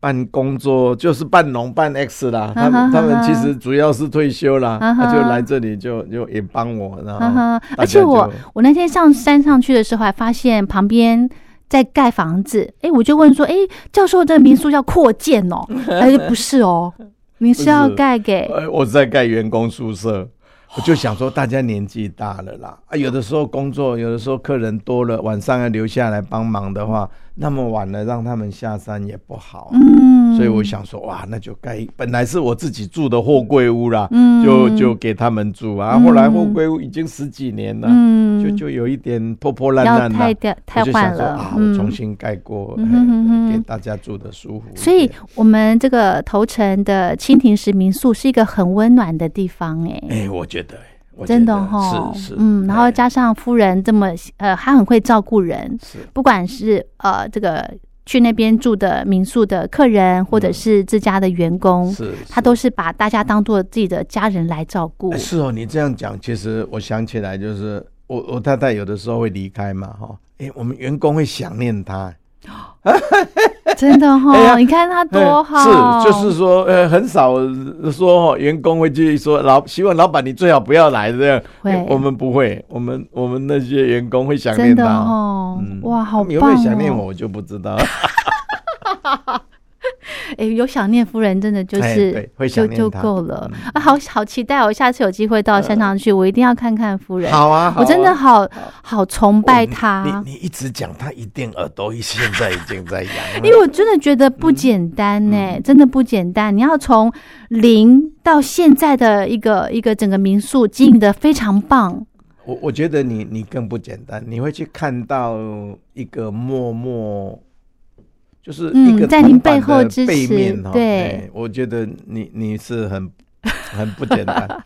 Speaker 3: 办工作，就是半农半 X 啦。他
Speaker 2: 啊哈
Speaker 3: 们他们
Speaker 2: 啊哈
Speaker 3: 其实主要是退休啦，
Speaker 2: 啊
Speaker 3: 他
Speaker 2: 哈啊
Speaker 3: 就来这里就就也帮我，然
Speaker 2: 哈
Speaker 3: 后
Speaker 2: 哈，
Speaker 3: 啊大
Speaker 2: 而
Speaker 3: 家
Speaker 2: 且
Speaker 3: 就
Speaker 2: 我我那天上山上去的时候，还发现旁边。在盖房子，哎，我就问
Speaker 3: *laughs*
Speaker 2: 说，哎，教授的民宿要扩建哦？他说不是
Speaker 3: *laughs*
Speaker 2: 哦，你是要盖给
Speaker 3: 呃，我在盖员工宿舍，我就想说大家年纪大了啦，啊，有的时候工作，有的时候客人多了，晚上要留下来帮忙的话，那么晚了让他们下山也不好、啊。
Speaker 2: 嗯，
Speaker 3: 所以我想说，哇，那就盖本来是我自己住的货柜屋啦，
Speaker 2: 嗯
Speaker 3: 就就给他们住啊。后来货柜屋已经十几年了，
Speaker 2: 嗯
Speaker 3: 就就有一点破破烂
Speaker 2: 要
Speaker 3: 烂
Speaker 2: 太
Speaker 3: 了。
Speaker 2: 掉
Speaker 3: 我
Speaker 2: 太
Speaker 3: 就
Speaker 2: 换
Speaker 3: 想说
Speaker 2: 了
Speaker 3: 啊，
Speaker 2: 嗯
Speaker 3: 我重新盖过，
Speaker 2: 嗯哼哼哼
Speaker 3: 哎给大家住的舒服一点。
Speaker 2: 所以，我们这个头城的蜻蜓石民宿是一个很温暖的地方、哎、
Speaker 3: 哎、我觉得，我觉
Speaker 2: 真的
Speaker 3: 得
Speaker 2: 哈，
Speaker 3: 是是，
Speaker 2: 嗯，然后
Speaker 3: 哎
Speaker 2: 加上夫人这么，呃，她很会照顾人，
Speaker 3: 是
Speaker 2: 不管是呃这个去那边住的民宿的客人，或者是自家的员工，
Speaker 3: 嗯是，
Speaker 2: 她都是把大家当做自己的家人来照顾
Speaker 3: 哎。是哦，你这样讲，其实我想起来，就是我我太太有的时候会离开嘛，哈、哎、我们员工会想念她，
Speaker 2: 真的
Speaker 3: 哎
Speaker 2: 哈，
Speaker 3: 呀
Speaker 2: 你看她多
Speaker 3: 哎
Speaker 2: 好，
Speaker 3: 是，就是说，呃，很少说、哦、员工会去说老，希望老板你最好不要来这样，哎
Speaker 2: 会
Speaker 3: 我们不会，我们我们那些员工会想念
Speaker 2: 真的
Speaker 3: 她。
Speaker 2: 哦
Speaker 3: 嗯，
Speaker 2: 哇，好
Speaker 3: 他
Speaker 2: 棒哦！
Speaker 3: 们有没有想念我，我就不知
Speaker 2: *laughs*
Speaker 3: 道。
Speaker 2: 哎，有想念夫人，真的就
Speaker 3: 哎
Speaker 2: 是
Speaker 3: 对会
Speaker 2: 就
Speaker 3: 想念
Speaker 2: 就
Speaker 3: 她
Speaker 2: 够了
Speaker 3: 嗯
Speaker 2: 啊！好好期待哦，下次有机会到山上去，我一定要看看夫人。
Speaker 3: 好啊，好啊
Speaker 2: 我真的好好崇拜
Speaker 3: 哦
Speaker 2: 她
Speaker 3: 你，你你一直讲，她一定耳朵现在已经在痒
Speaker 2: 因为哎我真的觉得不简单呢、
Speaker 3: 嗯
Speaker 2: 真的不简单。你要从零到现在的一个一个整个民宿经营的非常棒，
Speaker 3: 我我觉得你你更不简单，你会去看到一个默默，就是一个
Speaker 2: 嗯在您
Speaker 3: 铜板
Speaker 2: 背后
Speaker 3: 的
Speaker 2: 支
Speaker 3: 背
Speaker 2: 持
Speaker 3: 面哈
Speaker 2: 对
Speaker 3: 哎我觉得你你是很很不简
Speaker 2: *laughs*
Speaker 3: 单，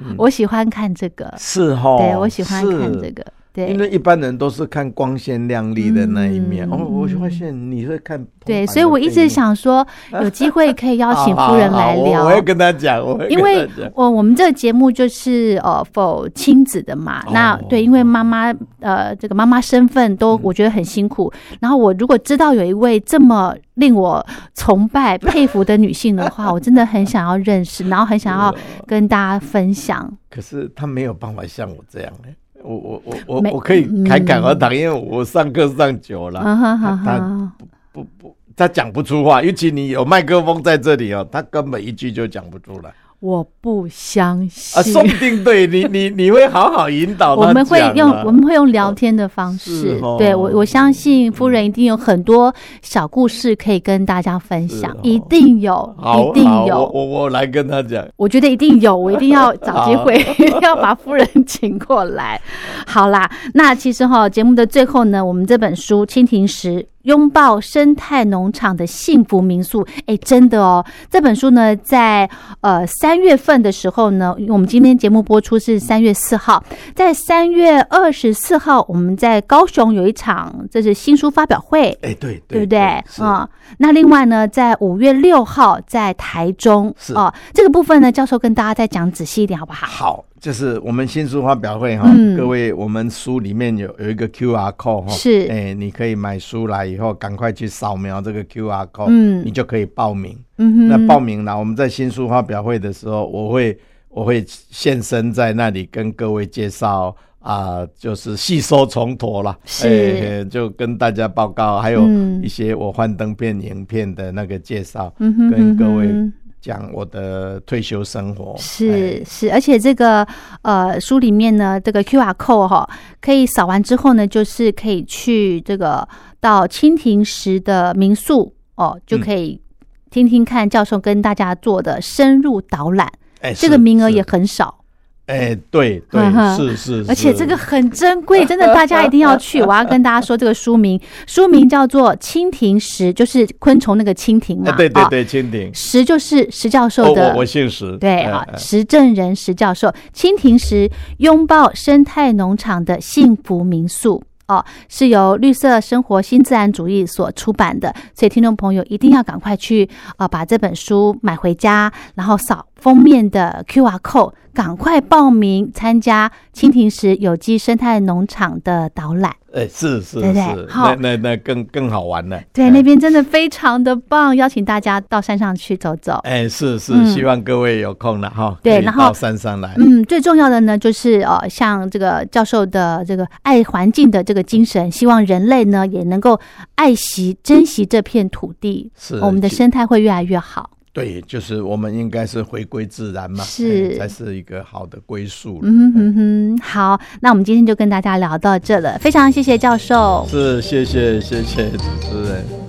Speaker 3: 嗯
Speaker 2: 我喜欢看这个，
Speaker 3: 是哈，
Speaker 2: 对我喜欢看这
Speaker 3: 个。
Speaker 2: 个，
Speaker 3: 因
Speaker 2: 对
Speaker 3: 为一般人都是看光鲜亮丽的那一面，
Speaker 2: 嗯
Speaker 3: 哦，我就发现你会看铜板
Speaker 2: 对，
Speaker 3: 的
Speaker 2: 所以我一
Speaker 3: 背
Speaker 2: 直
Speaker 3: 面
Speaker 2: 想说，有机会可以邀
Speaker 3: *laughs* 好
Speaker 2: 请
Speaker 3: 好
Speaker 2: 夫人
Speaker 3: 好
Speaker 2: 来
Speaker 3: 我
Speaker 2: 聊。
Speaker 3: 啊我会跟他讲，我会
Speaker 2: 因
Speaker 3: 跟
Speaker 2: 为
Speaker 3: 他讲
Speaker 2: *laughs* 哦我我们这个节目就是呃否亲子的嘛，
Speaker 3: 哦
Speaker 2: 那对，因为妈妈呃这个妈妈身份
Speaker 3: 嗯
Speaker 2: 都我觉得很辛苦，然后我如果知道有一位这么令我崇拜佩服的女性的
Speaker 3: *laughs*
Speaker 2: 话，我真的很想要认识，然后很想
Speaker 3: 啊
Speaker 2: 要跟大家分享。
Speaker 3: 可是他没有办法像我这样呢、我我我我
Speaker 2: 没
Speaker 3: 我可以侃侃而谈，因为我上课上久了，
Speaker 2: 嗯哼哼
Speaker 3: 他
Speaker 2: 哼，
Speaker 3: 不不，他讲不出话，尤其你有麦克风在这里哦，他根本一句就讲不出来
Speaker 2: 我不相信。
Speaker 3: 啊。说不定对你你你会好好引导他
Speaker 2: *laughs* 我们会
Speaker 3: 讲啊
Speaker 2: 用我们会用聊天的方式，
Speaker 3: 是哦
Speaker 2: 对我我相信夫人一定有很多小故事可以跟大家分享，
Speaker 3: 是哦
Speaker 2: 一定有，
Speaker 3: 好
Speaker 2: 一定
Speaker 3: 好我
Speaker 2: 有。
Speaker 3: 我我来跟他讲。
Speaker 2: 我觉得一定有，我一定要找机会，一定 *laughs* 要把夫人请过来。好啦，那其实哈，节目的最后呢，我们这本书《蜻蜓石：拥抱生态农场的幸福民宿》，哎，真的哦，这本书呢，在呃三月份的时候呢，我们今天节目播出是三月四号，在三月二十四号，我们在高雄有一场，这是新书发表会。
Speaker 3: 哎，对
Speaker 2: 对不
Speaker 3: 对
Speaker 2: 对？
Speaker 3: 是
Speaker 2: 嗯，那另外呢，在五月六号在台中
Speaker 3: 是
Speaker 2: 哦、这个部分呢，教授跟大家再讲仔细一点，好不好？
Speaker 3: 好，就是我们新书发表会哈、
Speaker 2: 嗯
Speaker 3: 各位，我们书里面有有一个 Q R code 哈、
Speaker 2: 是
Speaker 3: 哎、你可以买书来以后，赶快去扫描这个 Q R code，、
Speaker 2: 嗯
Speaker 3: 你就可以报名。
Speaker 2: 嗯哼，
Speaker 3: 那报名啦，我们在新书发表会的时候，我会我会现身在那里跟各位介绍啊、就是细说从头啦，
Speaker 2: 是
Speaker 3: 哎就跟大家报告，还有
Speaker 2: 嗯
Speaker 3: 一些我幻灯片影片的那个介绍，
Speaker 2: 嗯哼
Speaker 3: 跟各位
Speaker 2: 嗯哼
Speaker 3: 讲我的退休生活哎
Speaker 2: 是是，而且这个呃书里面呢，这个 Q R code 哈、可以扫完之后呢，就是可以去这个到蜻蜓石的民宿哦，就
Speaker 3: 嗯
Speaker 2: 可以听听看教授跟大家做的深入导览，
Speaker 3: 哎，哎
Speaker 2: 这个名额也
Speaker 3: 是
Speaker 2: 很少。
Speaker 3: 哎对对
Speaker 2: 哈哈
Speaker 3: 是是，
Speaker 2: 而且
Speaker 3: 是
Speaker 2: 这个很珍贵，真的大家一定要
Speaker 3: *laughs*
Speaker 2: 去。我要跟大家说，这个书名书名叫做《蜻蜓石》，就是昆虫那个蜻蜓
Speaker 3: 哎
Speaker 2: 嘛。
Speaker 3: *laughs* 对对
Speaker 2: 啊，
Speaker 3: 对，蜻蜓，
Speaker 2: 石就是石教
Speaker 3: 哦
Speaker 2: 授的。
Speaker 3: 我我姓石，
Speaker 2: 对
Speaker 3: 哎
Speaker 2: 啊，
Speaker 3: 哎
Speaker 2: 石证人石教授，蜻蜓石拥抱生态农场的幸福民宿哦，是由绿色生活新自然主义所出版的，所以听众朋友一定要赶快去啊、呃把这本书买回家，然后扫封面的 QR code，赶快报名参加蜻蜓石有机生态农场的导览。
Speaker 3: 哎，是是
Speaker 2: 对
Speaker 3: 是，
Speaker 2: 不对好
Speaker 3: 那那那更更好玩了。
Speaker 2: 对，
Speaker 3: 哎
Speaker 2: 那边真的非常的棒，邀请大家到山上去走走。
Speaker 3: 哎是是，
Speaker 2: 嗯
Speaker 3: 希望各位有空了哈，
Speaker 2: 对
Speaker 3: 可以
Speaker 2: 然后
Speaker 3: 到山上来。
Speaker 2: 嗯，最重要的呢，就是呃，像这个教授的这个爱环境的这个精神，希望人类呢也能够爱惜、珍惜这片土地，
Speaker 3: 是
Speaker 2: 我们的
Speaker 3: 就
Speaker 2: 生态会越来越好。
Speaker 3: 对，就是我们应该是回归自然嘛，
Speaker 2: 是
Speaker 3: 哎才是一个好的归宿。
Speaker 2: 嗯哼哼哼，好，那我们今天就跟大家聊到这了，非常谢谢教授。
Speaker 3: 是，谢谢谢谢主持人。